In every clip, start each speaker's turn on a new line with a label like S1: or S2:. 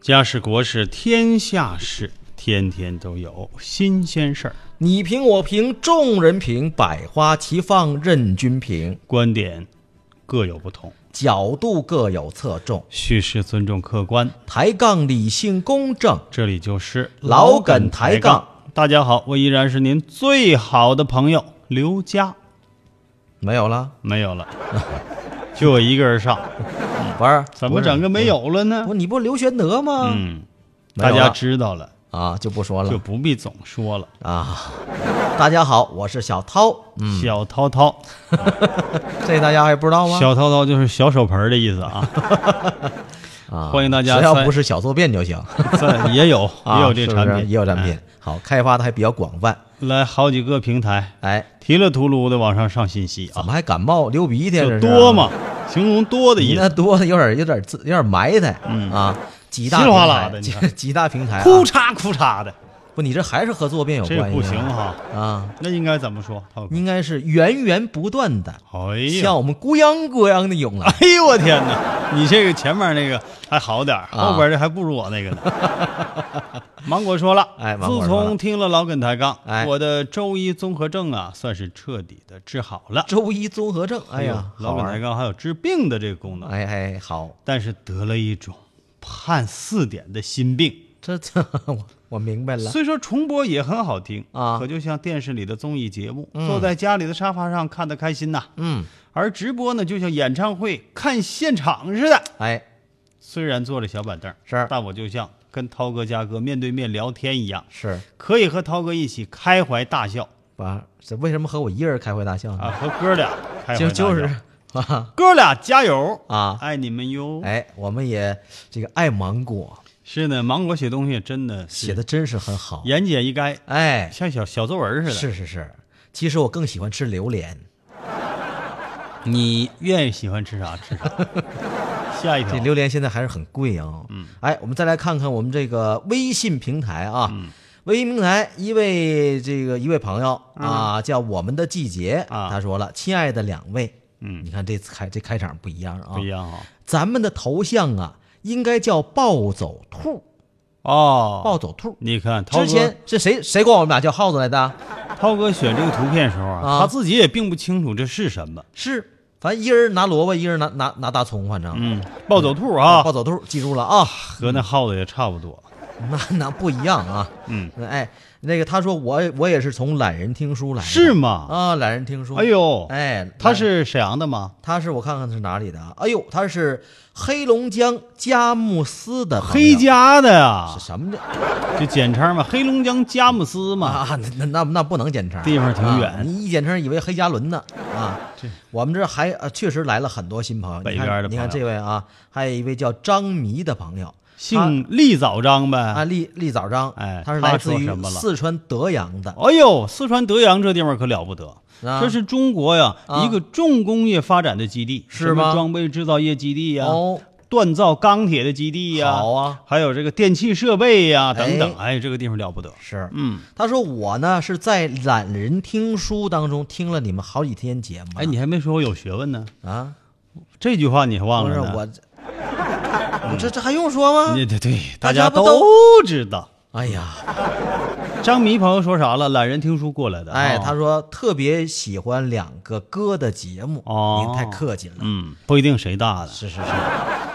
S1: 家事国事天下事，天天都有新鲜事儿。
S2: 你评我评众人评，百花齐放任君评，
S1: 观点各有不同，
S2: 角度各有侧重，
S1: 叙事尊重客观。
S2: 抬杠理性公正。
S1: 这里就是
S2: 老梗抬杠。
S1: 大家好，我依然是您最好的朋友刘佳。
S2: 没有了，
S1: 没有 了，就我一个人上，
S2: 不是
S1: 嗯怎么整个没？有了
S2: 不
S1: 呢
S2: 是不，？你不刘玄德吗？
S1: 嗯，
S2: 没有
S1: 大
S2: 了
S1: 家知道了，
S2: 啊，就不说
S1: 就
S2: 了
S1: 不必总说了。
S2: 啊。大家好，我是小涛。嗯，啊
S1: 小涛涛，
S2: 这大家还不知道吗？
S1: 小涛涛就是小手盆儿的意思啊，
S2: 啊，
S1: 欢迎大家
S2: 只要
S1: 参
S2: 不是小坐便就行。
S1: 在也有 也
S2: 啊
S1: 有这
S2: 是不
S1: 产
S2: 是
S1: 品，
S2: 也有产品
S1: 哎，。
S2: 好，开发的还比较广泛。
S1: 来好几个平台，
S2: 哎，
S1: 提了秃噜的往上上信息
S2: 怎
S1: 啊，
S2: 么还感冒流鼻涕？
S1: 就
S2: 这是啊
S1: 多嘛，形容多的
S2: 你
S1: 意
S2: 那
S1: 思。嗯
S2: 多的有点有点自有点埋汰，啊，几大
S1: 稀里
S2: 平台
S1: 哗啦的你
S2: 几
S1: 看
S2: 几大平台啊，
S1: 哭嚓哭嚓的，
S2: 不，你这还是和坐便有
S1: 这
S2: 关系，
S1: 不行哈
S2: 啊，
S1: 那应该怎么说？涛哥，
S2: 应该是源源不断的
S1: 哎呀
S2: 向，我们咕泱咕泱的涌来，
S1: 哎呦我天哪！你这个前面那个还好点儿，
S2: 啊
S1: 后边这还不如我那个呢。 芒果说了，
S2: 哎芒果
S1: 自
S2: 说了
S1: 从听了老梗抬杠，
S2: 哎
S1: 我的周一综合症啊，算是彻底的治好了。
S2: 周一综合症，哎呀，
S1: 老
S2: 好
S1: 梗抬
S2: 玩，
S1: 杠还有治病的这个功能，
S2: 哎哎好，
S1: 但是得了一种判四点的心病。
S2: 这这我我明白了，
S1: 虽说重播也很好听
S2: 啊
S1: 可就像电视里的综艺节目，坐在家里的沙发上看得开心呐、
S2: 嗯，
S1: 而直播呢，就像演唱会看现场似的。
S2: 哎
S1: 虽然坐着小板凳，
S2: 是
S1: 但我就像跟涛哥、佳哥面对面聊天一样，
S2: 是
S1: 可以和涛哥一起开怀大笑
S2: 吧？这为什么和我一个人开怀大笑
S1: 啊，
S2: 呢？
S1: 和哥俩开 怀大笑，
S2: 就就是 啊
S1: 哥俩加油
S2: 啊
S1: 爱你们哟！
S2: 哎，我们也这个爱芒果
S1: 是呢，芒果写东西真的是
S2: 写的真是很好，
S1: 言简意赅，
S2: 哎，
S1: 像小小作文似的。
S2: 是是是，其实我更喜欢吃榴莲。
S1: 你愿意喜欢吃啥吃啥。 下一条
S2: 这，榴莲现在还是很贵啊、嗯，哎，我们再来看看我们这个微信平台啊，
S1: 嗯
S2: 微信平台一位这个一位朋友啊，叫我们的季节
S1: 嗯啊
S2: 他说了，亲爱的两位，
S1: 嗯
S2: 你看这次开这开场不一样啊，
S1: 不一，样啊、
S2: 咱们的头像啊，应该叫暴走兔，
S1: 哦，
S2: 暴走兔。
S1: 你看，涛
S2: 之
S1: 哥
S2: 前，是谁谁管我们俩叫耗子来的？
S1: 涛哥选这个图片的时候啊，
S2: 啊
S1: 他自己也并不清楚这是什么。
S2: 是，反正一人拿萝卜，一人拿拿拿大葱，反正、
S1: 嗯，暴走兔啊，
S2: 暴走兔，记住了 啊。
S1: 和那耗子也差不多。
S2: 那那不一样啊。
S1: 嗯，
S2: 哎，那个他说我我也是从懒人听书来的，
S1: 是吗
S2: 啊，懒人听书。
S1: 哎，呦，
S2: 哎，
S1: 他
S2: 懒
S1: 是沈阳的吗？
S2: 他是我看看是哪里的啊？哎呦，他是黑龙江佳木斯的朋
S1: 黑
S2: 友
S1: 家的呀
S2: 是，什么的
S1: 就简称嘛，黑龙江佳木斯嘛。
S2: 啊？那那那不能简称，
S1: 地方挺
S2: 啊
S1: 远
S2: 你一简称以为黑加仑呢啊？我们这还呃确实来了很多新朋友，
S1: 北
S2: 你看
S1: 边的
S2: 你看
S1: 朋友
S2: 这位啊，还有一位叫张迷的朋友。
S1: 姓栗早章
S2: 啊，
S1: 呗。
S2: 栗栗早章，
S1: 哎
S2: 他是
S1: 他
S2: 来自
S1: 说
S2: 于
S1: 什么了
S2: 四川德阳的，
S1: 哎呦，四川德阳这地方可了不得，
S2: 啊
S1: 这是中国呀
S2: 啊
S1: 一个重工业发展的基地，
S2: 是
S1: 什么
S2: 吗
S1: 装备制造业基地呀，
S2: 哦，
S1: 锻造钢铁的基地呀，
S2: 好啊，
S1: 还有这个电器设备呀等等，
S2: 哎
S1: 哎，这个地方了不得。
S2: 是，
S1: 嗯，
S2: 他说我呢是在懒人听书当中听了你们好几天节目了，
S1: 哎，你还没说我有学问呢，
S2: 啊，
S1: 这句话你还忘
S2: 不是
S1: 了呢？
S2: 我这，我这这还用说吗？
S1: 你哦对对，
S2: 大
S1: 大
S2: 家
S1: 家
S2: 不都
S1: 都知道。
S2: 哎呀，
S1: 张迷朋友说啥了？懒人听书过来的。
S2: 哎，
S1: 哈
S2: 他说特别喜欢两个哥的节目，
S1: 哦
S2: 您太客气了。
S1: 嗯，不一定谁大的，
S2: 是是是，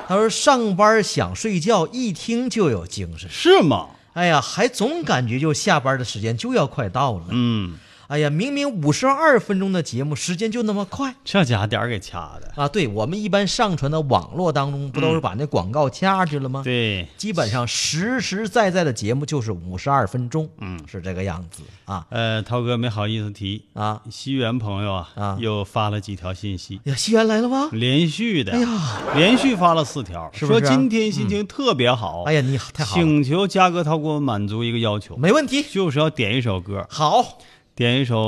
S2: 他说上班想睡觉，一听就有精神。
S1: 是吗？
S2: 哎呀，还总感觉就下班的时间就要快到了。
S1: 嗯，
S2: 哎呀，明明五十二分钟的节目，时间就那么快
S1: 这家点儿给掐的，
S2: 啊！对我们一般上传到网络当中，不都是把那广告掐上去了吗？
S1: 嗯对，
S2: 基本上实实在在的节目就是五十二分钟，嗯，是这个样子啊
S1: 呃，涛哥没好意思提，
S2: 啊！
S1: 西园朋友啊，
S2: 啊
S1: 又发了几条信息，
S2: 哎呀，西园来了吗？
S1: 连续的，
S2: 哎呀
S1: 连续发了四条，
S2: 是不是啊
S1: 说今天心情特别好，
S2: 哎呀，你太好了，
S1: 请求嘉哥涛给我满足一个要求，
S2: 没问题，
S1: 就是要点一首歌，
S2: 好，
S1: 点一首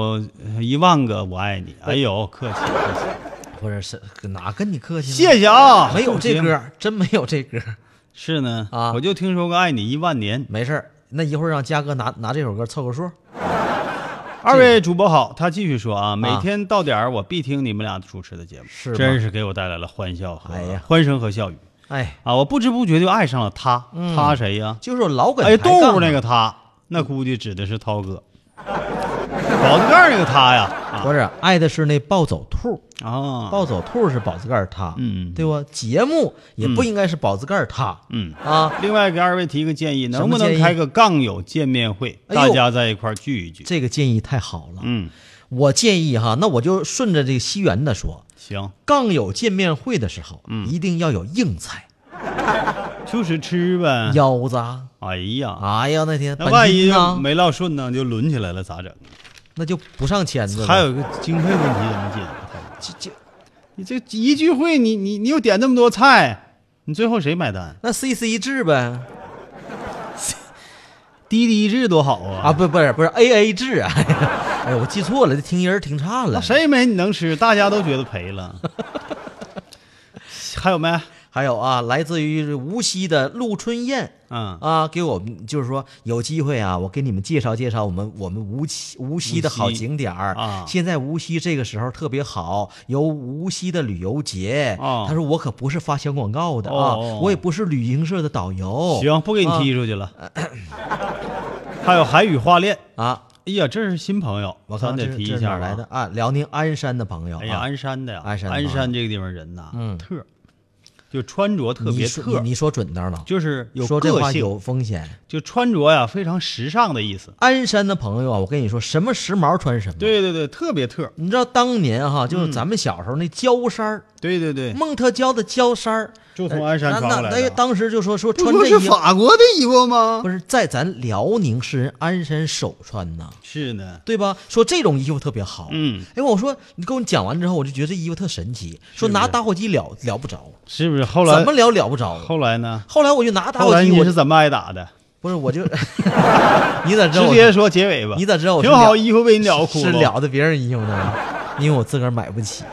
S1: 呃一万个我爱你。哎呦，客气客气，
S2: 不是是哪跟你客气了？
S1: 谢谢啊，
S2: 没有这
S1: 节目
S2: 歌，真没有这歌，
S1: 是呢
S2: 啊嗯
S1: 我就听说过爱你一万年。
S2: 没事儿。那一会儿让嘉哥拿拿这首歌凑个数，
S1: 二位主播好，他继续说啊，每
S2: 啊
S1: 天到点儿我必听你们俩主持的节目，
S2: 是吗
S1: 真是给我带来了欢笑和、
S2: 哎呀
S1: 欢声和笑语
S2: 哎，
S1: 啊！我不知不觉就爱上了他，
S2: 嗯
S1: 他谁呀、
S2: 就是老梗
S1: 哎，
S2: 抬杠啊
S1: 动物那
S2: 嘛
S1: 个他，那估计指的是涛哥， 宝子盖儿那个他呀啊
S2: 不是爱的是那暴走兔，
S1: 啊，
S2: 暴走兔是宝字盖儿他，
S1: 嗯
S2: 对吧？节目也不应该是宝字盖儿他，
S1: 嗯。
S2: 啊，
S1: 另外给二位提一个建议，
S2: 什么
S1: 能不
S2: 建
S1: 能
S2: 议
S1: 开个杠友见面会，
S2: 哎呦
S1: 大家在一块儿聚一聚？
S2: 这个建议太好了。
S1: 嗯，
S2: 我建议哈，那我就顺着这个西园的说，
S1: 行，
S2: 杠友见面会的时候，
S1: 嗯
S2: 一定要有硬菜，
S1: 就是吃呗。
S2: 腰子啊，
S1: 哎呀，
S2: 哎呀，那天
S1: 嗯那万一
S2: 板筋啊，
S1: 没落顺呢，就抡起来了，咋整？
S2: 那就不上签子了。
S1: 还有一个经费问题怎么解决？太太
S2: 这这
S1: 你这一聚会，你你你又点那么多菜，你最后谁买单？
S2: 那 C C 制呗，
S1: 滴滴制多好啊！
S2: 啊，不不是不是 A A 制啊， 哎呀，我记错了，这听音儿听差了
S1: 那。谁没你能吃？大家都觉得 赔了。还有没？
S2: 还有啊，来自于无锡的陆春燕，
S1: 嗯，
S2: 啊，给我们就是说有机会啊，我给你们介绍介绍我们我们无锡无锡的好景点儿
S1: 啊
S2: 现在无锡这个时候特别好，有无锡的旅游节。
S1: 哦
S2: 他说我可不是发小广告的啊，
S1: 哦哦哦
S2: 我也不是旅行社的导游。
S1: 行，不给
S2: 啊
S1: 你踢出去了。还有韩语花恋，
S2: 啊，
S1: 哎呀，这是新朋友，
S2: 我
S1: 咱
S2: 看
S1: 得
S2: 这
S1: 提
S2: 这
S1: 一
S2: 是哪
S1: 下
S2: 儿
S1: 吧
S2: 来的。啊？辽宁鞍山的朋友啊，
S1: 哎呀，鞍山的呀，
S2: 鞍山的
S1: 鞍
S2: 朋友
S1: 山这个地方人呐，
S2: 嗯
S1: 特，就穿着特别
S2: 你说
S1: 特
S2: 你，你说准当了，
S1: 就是有
S2: 说这
S1: 个
S2: 话
S1: 性，
S2: 有嗯风险。
S1: 就穿着呀非常时尚的意思。
S2: 鞍山的朋友啊，我跟你说，什么时髦穿什么。，
S1: 对嗯对对，特别特，
S2: 你知道当年哈，就是咱们小时候那胶衫儿，
S1: 对对对，
S2: 蒙特娇的胶衫儿，呃
S1: 就从鞍山
S2: 那
S1: 传过来
S2: 那
S1: 的。
S2: 那当时就说说穿
S1: 不
S2: 这
S1: 是
S2: 衣服，
S1: 法国的衣服吗？
S2: 不是在咱辽宁是人鞍山首穿呐，
S1: 是呢，
S2: 对吧？说这种衣服特别好。
S1: 嗯，
S2: 哎，我说你跟我讲完之后，我就觉得这衣服特神奇，说拿打火机了了不着，
S1: 是不是？后来
S2: 怎么了了不着？
S1: 后来呢？
S2: 后来我就拿打
S1: 后
S2: 火
S1: 来
S2: 机，
S1: 你
S2: 我
S1: 是怎么挨打的？
S2: 不是 我就， 你咋知道
S1: 直
S2: 我
S1: 接说结尾吧。
S2: 你咋知道我是
S1: 挺好，
S2: 了
S1: 衣服被你了哭
S2: 是了的别人衣服呢？因为我自个儿买不起。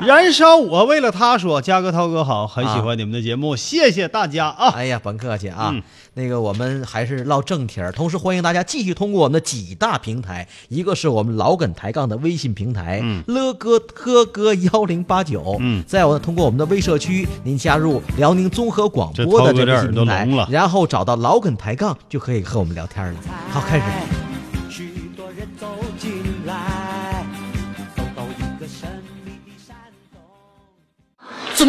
S1: 燃烧我为了他说，嘉哥涛哥好，很
S2: 啊
S1: 喜欢你们的节目，谢谢大家 啊！
S2: 哎呀，甭客气
S3: 嗯
S2: 啊，那个我们还是唠正题儿。同时欢迎大家继续通过我们的几大平台，一个是我们老梗抬杠的微信平台，
S3: 嗯
S2: 乐哥呵哥幺零八九，
S1: 嗯
S2: 再有呢，通过我们的微社区，您加入辽宁综合广播的这微信平
S1: 这涛哥这耳朵聋
S2: 台
S1: 了，
S2: 然后找到老梗抬杠就可以和我们聊天了。好，开始。
S3: 许多人走进来，走到一个神秘的山洞。
S4: 准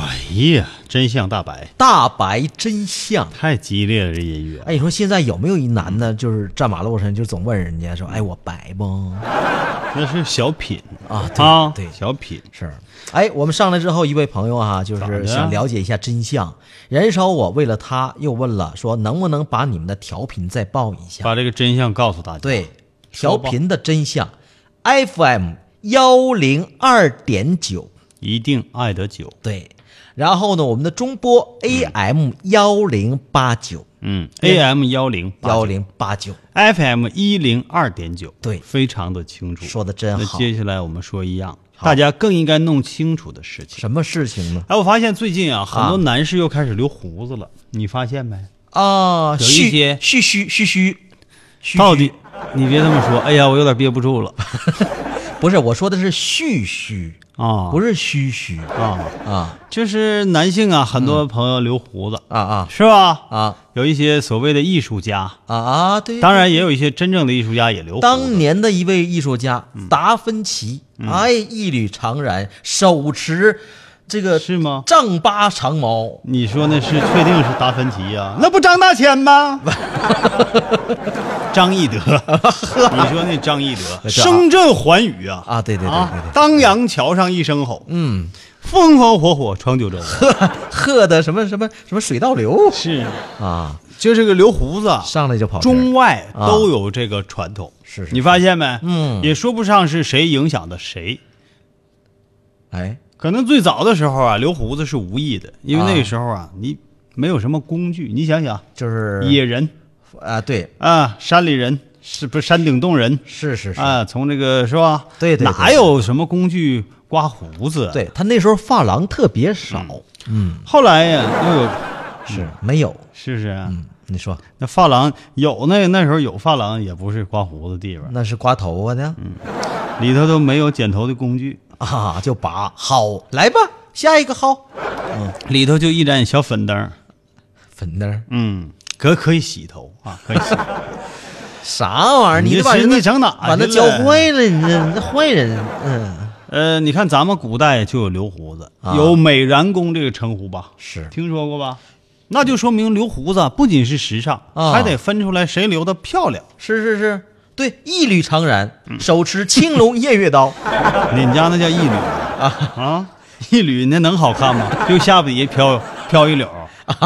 S1: 哎呀，真相大白，
S2: 大白真相。
S1: 太激烈了，这音乐。
S2: 哎，你说现在有没有一男的，就是站马路上就总问人家说：“哎，我白不
S1: 那是小品
S2: 啊对
S1: 啊，
S2: 对
S1: 小品？”
S2: 是。哎，我们上来之后，一位朋友哈、就
S1: 咋的
S2: 是
S1: 呀
S2: 想了解一下真相。燃烧我为了他又问了，说能不能把你们的调频再报一下？
S1: 把这个真相告诉大家。，
S2: 对，调
S1: 说吧
S2: 频的真相，FM 幺零二点九，
S1: 一定爱得久。
S2: 对。然后呢，我们的中波 AM 幺零八九，
S1: 嗯，AM 幺零
S2: 幺零八九，
S1: FM 一零二点九，
S2: 对
S1: 非常的清楚，
S2: 说得真好
S1: 那接下来我们说一样，大家更应该弄清楚的事情。
S2: 什么事情呢？
S1: 哎，我发现最近啊，很多男士又开始留胡子了，你发现没？
S2: 啊，
S1: 有一些
S2: 嘘嘘嘘嘘嘘，
S1: 到底，你别这么说，哎呀，我有点憋不住 了
S2: 不是我说的是蓄须
S1: 啊！
S2: 不
S1: 是
S2: 是虚虚
S1: 啊，
S2: 啊
S1: 就是男性啊，很多朋友留胡子，
S2: 嗯啊啊
S1: 是吧？
S2: 啊
S1: 有一些所谓的艺术家，
S2: 啊啊！对，
S1: 当然也有一些真正的艺术家也留胡子。
S2: 当年的一位艺术家
S1: 嗯
S2: 达芬奇，哎，一缕长髯，手持这个
S1: 是吗
S2: 丈八长矛，
S1: 你说那是确定是达芬奇呀、那不张大千吗？ 张翼德，你说那张翼 德，
S2: 是啊
S1: 声震寰宇啊！
S2: 啊对对对对
S1: 啊
S2: 对！
S1: 当阳桥上一声吼，
S2: 嗯，
S1: 风风火火闯九州。
S2: 喝的什么什么什么水倒流
S1: 是，
S2: 啊，
S1: 就这个留胡子啊，
S2: 上来就跑题儿
S1: 中外都有这个传统。
S2: 是是
S1: 你发现没？
S2: 嗯
S1: 也说不上是谁影响的谁。
S2: 哎
S1: 可能最早的时候啊，留胡子是无意的，因为
S2: 啊
S1: 那个时候啊，你没有什么工具。你想想，
S2: 就是
S1: 野人
S2: 啊对
S1: 啊，山里人是不是山顶洞人
S2: 是是是，
S1: 啊？从这个是吧？
S2: 对对对
S1: 哪有什么工具刮胡子？，
S2: 对他那时候发廊特别少，嗯
S1: 后来呀，又有
S2: 是没有，
S1: 是不是啊？
S2: 嗯你说
S1: 那发廊有那那时候有发廊，也不是刮胡子地方，
S2: 那是刮头发
S1: 嗯
S2: 的
S1: 里头都没有剪头的工具，
S2: 啊就拔好来吧下一个好嗯
S1: 里头就一盏小粉灯儿，
S2: 粉灯儿
S1: 嗯，可可以洗头啊，可以洗。
S2: 啥玩意儿？
S1: 你
S2: 你
S1: 这
S2: 这把人
S1: 心
S2: 家
S1: 里整哪
S2: 把他
S1: 去
S2: 教
S1: 了
S2: 坏了，你这你这坏人，嗯，
S1: 呃，你看咱们古代就有留胡子，
S2: 啊
S1: 有美髯公这个称呼吧？
S2: 是
S1: 听说过吧？那就说明留胡子不仅是时尚，
S2: 啊
S1: 还得分出来谁留的漂亮。
S2: 是是是，对，一缕长髯，
S1: 嗯
S2: 手持青龙偃月刀，
S1: 你们家那叫一缕啊啊，一缕那能好看 吗？就下底下飘飘一绺，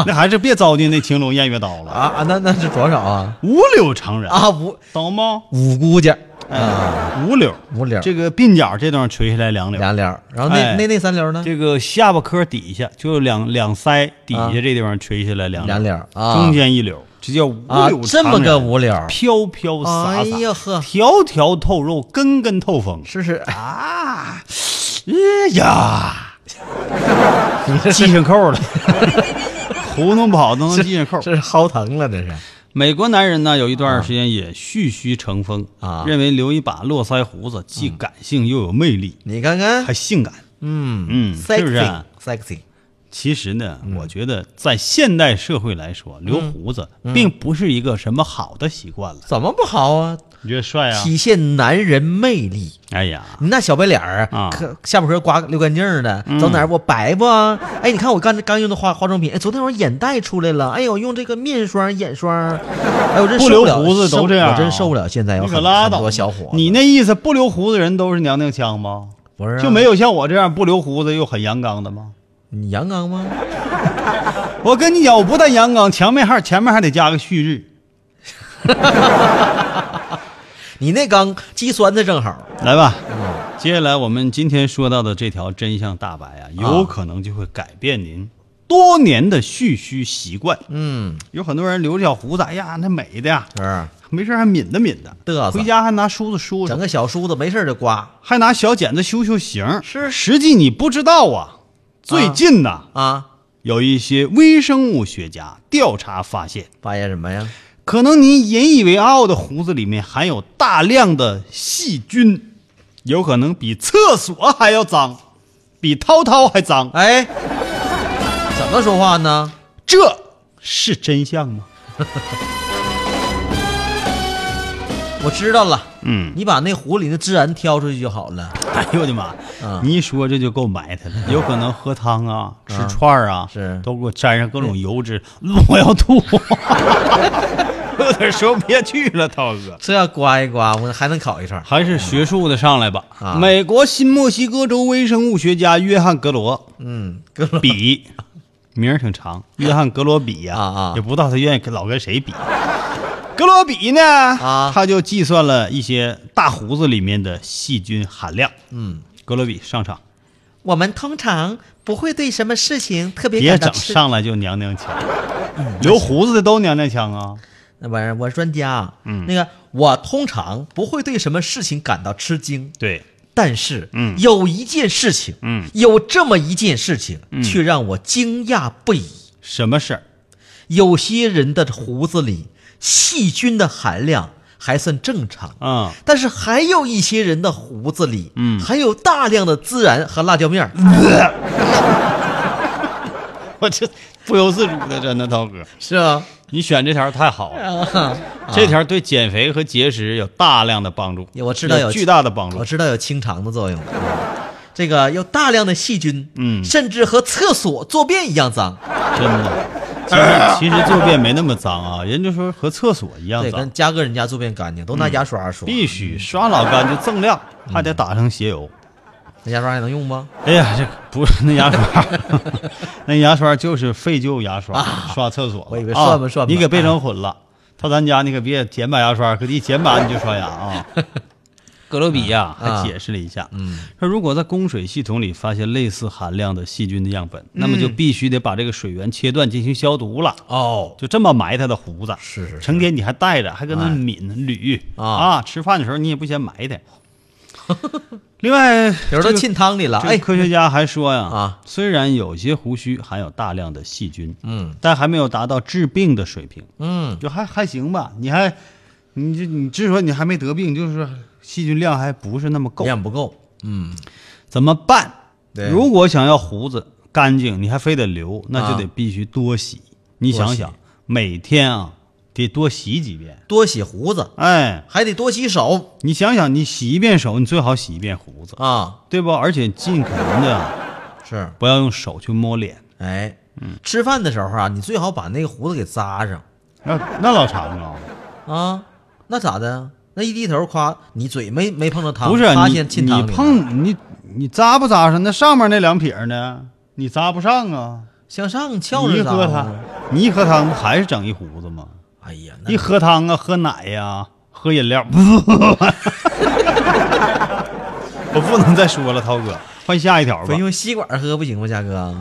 S1: 那还是别糟践那青龙偃月刀了。
S2: 啊啊，那那是多少啊？
S1: 五柳长髯，
S2: 啊五
S1: 懂吗？
S2: 五姑家啊，
S1: 哎，五柳，
S2: 五柳
S1: 这个鬓角这段垂下来两
S2: 两
S1: 绺，
S2: 绺，然后那
S1: 哎
S2: 那那三绺呢？
S1: 这个下巴颏底下就两两腮底下
S2: 啊
S1: 这地方垂下来两
S2: 两绺啊
S1: 中间一绺，这叫五
S2: 啊
S1: 柳，
S2: 这
S1: 长
S2: 么个
S1: 髯，
S2: 五柳，
S1: 飘飘洒
S2: 哎
S1: 洒，
S2: 呀呵，
S1: 条条透肉，根根透风。
S2: 是是，
S1: 啊，哎呀，
S2: 你这
S1: 系上扣了， 糊弄不好都能系上扣。
S2: 这是薅疼了，这是
S1: 美国男人呢，有一段时间也蓄须成风
S2: 啊
S1: 认为留一把络腮胡子既感性又有魅力，
S2: 你看看
S1: 还，性感。
S2: 嗯
S1: 嗯，是不是啊？
S2: ，sexy，sexy，
S1: 其实呢，
S2: 嗯
S1: 我觉得在现代社会来说，留胡子
S2: 嗯
S1: 并不是一个什么好的习惯了。
S2: 怎么不好啊？
S1: 你觉得帅啊？
S2: 体现男人魅力。
S1: 哎呀，
S2: 你那小白脸儿
S1: 啊嗯
S2: 可下巴颏刮溜干净儿的，走哪儿我白不啊？哎，你看我刚刚用的化化妆品，哎，昨天我眼袋出来了，哎呦，我用这个面霜、眼霜，哎，我真受
S1: 不留
S2: 不了，
S1: 胡子都
S2: 受
S1: 这样啊
S2: 我真受不了。现在有
S1: 你
S2: 很
S1: 可拉
S2: 很
S1: 倒吧！
S2: 多小伙子，
S1: 你那意思不留胡子人都是娘娘腔吗？
S2: 不是啊
S1: 就没有像我这样不留胡子又很阳刚的吗？
S2: 你阳刚吗？
S1: 我跟你讲，我不但阳刚，前面还前面还得加个旭日。
S2: 你那刚肌酸的正好，
S1: 来吧，
S2: 嗯
S1: 接下来我们今天说到的这条真相大白啊，有可能就会改变您多年的蓄须习惯。
S2: 嗯，
S1: 有很多人留着小胡子，哎呀，那美的呀，
S2: 是不是
S1: 没事还抿的抿的，
S2: 嘚瑟
S1: 回家还拿梳子梳
S2: 整
S1: 梳，
S2: 个小梳子没事儿就刮
S1: 还拿小剪子修修形。
S2: 是
S1: 实际你不知道啊，最近呐、
S2: 啊？
S1: 有一些微生物学家调查发现，
S2: 发现什么呀？
S1: 可能您引以为傲的胡子里面含有大量的细菌，有可能比厕所还要脏，比涛涛还脏。
S2: 哎，怎么说话呢？
S1: 这是真相吗？
S2: 我知道了，
S1: 嗯，
S2: 你把那壶里的孜然挑出去就好了。
S1: 哎呦我的妈！
S2: 啊
S1: 你一说这就够埋汰了，有可能喝汤啊、吃串儿啊，
S2: 嗯是
S1: 都给我沾上各种油脂， 我要吐，我有点说不下去了，涛哥。
S2: 这要刮一刮，我还能烤一串儿。
S1: 还是学术的上来吧。
S2: 啊
S1: 美国新墨西哥州微生物学家约翰· 格罗
S2: 嗯，哥们儿
S1: 比，名儿挺长，约翰·格罗比呀、
S2: 啊啊
S1: 也不知道他愿意跟老跟谁比。格罗比呢，
S2: 啊
S1: 他就计算了一些大胡子里面的细菌含量。嗯，格罗比上场，
S2: 我们通常不会对什么事情特别
S1: 别
S2: 感到
S1: 整
S2: 吃嗯
S1: 上来就娘娘腔。 留胡子的都娘娘腔啊，
S2: 那玩意儿，我是专家。嗯，那个我通常不会对什么事情感到吃惊，
S1: 对，
S2: 但是，
S1: 嗯
S2: 有一件事情，
S1: 嗯
S2: 有这么一件事情，却让我惊讶不已。
S1: 什么事儿？
S2: 有些人的胡子里细菌的含量还算正常，
S1: 嗯，
S2: 但是还有一些人的胡子里，嗯，含有大量的孜然和辣椒面儿。
S1: 嗯我这不由自主的，真的，涛哥，
S2: 是啊，
S1: 你选这条太好了，
S2: 啊
S1: 这条对减肥和节食有大量的帮助，
S2: 我知道有
S1: 巨大的帮
S2: 我
S1: 助。
S2: 知道有清肠的作用。这个有大量的细菌，嗯，甚至和厕所坐便一样脏，
S1: 真 的。其实其实坐便没那么脏啊，人就说和厕所一样
S2: 对，
S1: 脏嗯
S2: 跟，嘉哥人家坐便干净，都拿牙刷刷，
S1: 必须刷老干就锃亮，
S2: 嗯
S1: 还得打上鞋油。
S2: 那牙刷还能用吗？
S1: 哎呀，这不是那牙刷， 那牙刷就是废旧牙刷，刷厕所了。
S2: 啊我以为涮吧
S1: 啊
S2: 涮吧
S1: 你可别整混了。到咱家你可别捡把牙刷，可一捡把你就刷牙 啊。格罗比亚
S2: 啊嗯
S1: 还解释了一下，说如果在供水系统里发现类似含量的细菌的样本，那么
S2: 嗯
S1: 就必须得把这个水源切断进行消毒了。
S2: 哦，
S1: 就这么埋汰的胡子，
S2: 是是是哎
S1: 成天你还带着，还跟那抿捋
S2: 啊
S1: 吃饭的时候你也不嫌埋 汰。另外，
S2: 比如
S1: 这
S2: 都
S1: 个
S2: 浸汤里了，
S1: 这个
S2: 哎，
S1: 科学家还说呀，
S2: 啊，
S1: 虽然有些胡须含有大量的细菌，
S2: 嗯
S1: 但还没有达到治病的水平，
S2: 嗯，
S1: 就还还行吧。你还，你这你至少你还没得病，就是说细菌量还不是那么够，
S2: 量不够，嗯，
S1: 怎么办
S2: 对？
S1: 如果想要胡子干净，你还非得留，那就得
S2: 啊
S1: 必须多洗。你想
S2: 多
S1: 想，每天啊得多洗几遍。
S2: 多洗胡子，
S1: 哎，
S2: 还得多洗手
S1: 你想想，你洗一遍手，你最好洗一遍胡子，
S2: 啊，
S1: 对不？而且尽可能的
S2: 是，
S1: 不要用手去摸脸。
S2: 哎，
S1: 嗯
S2: 吃饭的时候啊，你最好把那个胡子给扎上
S1: 那那老长了，
S2: 啊，那咋的？那一低头，夸你嘴没没碰着汤，
S1: 不是
S2: 发
S1: 你
S2: 现浸
S1: 你
S2: 汤里了
S1: 碰你你扎不扎上？那上面那两撇呢？你扎不上啊！
S2: 向上翘
S1: 你一
S2: 着扎
S1: 喝
S2: 吗
S1: 汤，，你一喝汤不还是整一胡子吗？
S2: 哎呀，那
S1: 一喝汤啊，喝奶呀、喝饮料， 我不能再说了，涛哥，换下一条吧
S2: 非。用吸管喝不行吗，嘉哥？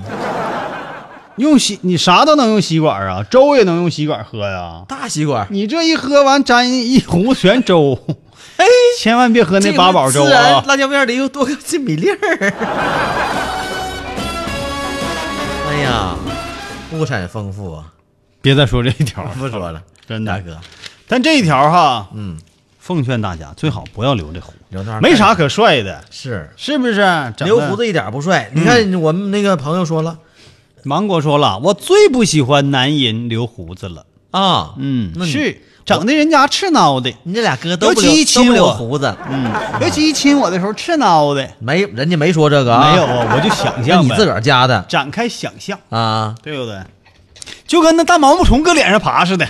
S1: 用吸你啥都能用吸管啊，粥也能用吸管喝呀、
S2: 大吸管，
S1: 你这一喝完沾一壶全粥，
S2: 哎，
S1: 千万别喝那
S2: 这
S1: 八宝粥
S2: 孜然
S1: 啊！
S2: 辣椒面里又多个金米粒儿。 哎呀，物产丰富啊！
S1: 嗯别再说这一条了，
S2: 不说了，
S1: 真
S2: 大
S1: 的。
S2: 哥，
S1: 但这一条哈，
S2: 嗯，
S1: 奉劝大家最好不要留这胡，
S2: 留那儿
S1: 没啥可帅的，
S2: 是
S1: 是嗯不是？整
S2: 留
S1: 的
S2: 胡子一点不帅。你看我们那个朋友说了
S1: 芒果说了，我最不喜欢男人留胡子了。
S2: 啊，那
S1: 嗯，
S2: 你
S1: 是整的人家赤挠的，
S2: 你这俩哥都不
S1: 尤其
S2: 留都不
S1: 亲
S2: 留
S1: 我
S2: 胡子，
S1: 嗯，尤其一亲我的时候赤挠的，
S2: 没人家没说这个啊，
S1: 没有，啊，我就想
S2: 那
S1: 象
S2: 你
S1: 呗
S2: 自个儿加的
S1: 展开想象，
S2: 啊。
S1: 对不对？就跟那大毛毛虫搁脸上爬似的，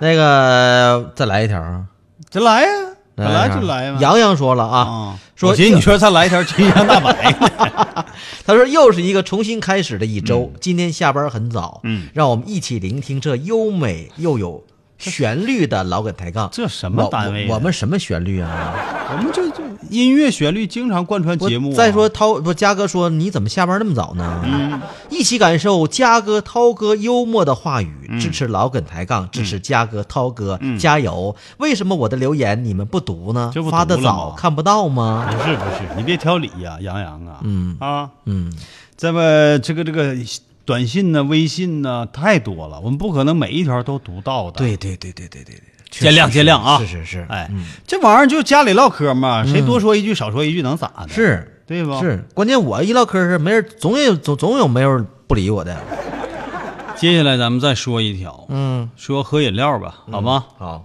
S2: 那个再来一条啊，
S1: 这来呀、本来
S2: 一
S1: 就
S2: 条
S1: 来嘛。
S2: 洋洋说了啊
S1: 啊，，
S2: 说
S1: 我寻思你说再来一条金山大白 呢，
S2: 他说：“又是一个重新开始的一周，
S1: 嗯
S2: 今天下班很早，嗯，让我们一起聆听这优美又有旋律的老梗抬杠。
S1: 这什么
S2: 我
S1: 单位啊
S2: 我？我们什么旋律啊？
S1: 我们这这音乐旋律经常贯穿
S2: 不
S1: 节目啊、
S2: 再说涛不，嘉哥说你怎么下班那么早呢？嗯， 一起感受嘉哥、涛哥幽默的话语，支持老梗抬杠，支持嘉哥、涛哥，加油！为什么我的留言你嗯们不读呢？
S1: 这不读
S2: 发的
S1: 了
S2: 早
S1: 吗
S2: 看不到吗？
S1: 不是不是，你别挑理呀、杨洋啊，
S2: 嗯
S1: 啊，
S2: 嗯，
S1: 这么这个这个短信呢、微信呢太多了，我们不可能每一条都读到 的。，
S2: 对嗯对对对对对对，确实
S1: 见谅
S2: 是
S1: 见谅啊
S2: 是是是，
S1: 哎，这玩意儿就家里唠嗑嘛，谁多说一句少说一句能咋的？，
S2: 嗯是。”
S1: 对不？
S2: 是，关键我一唠嗑是没人，总有总总有没有不理我的。
S1: 接下来咱们再说一条，
S2: 嗯，
S1: 说喝饮料吧，好吗？
S2: 好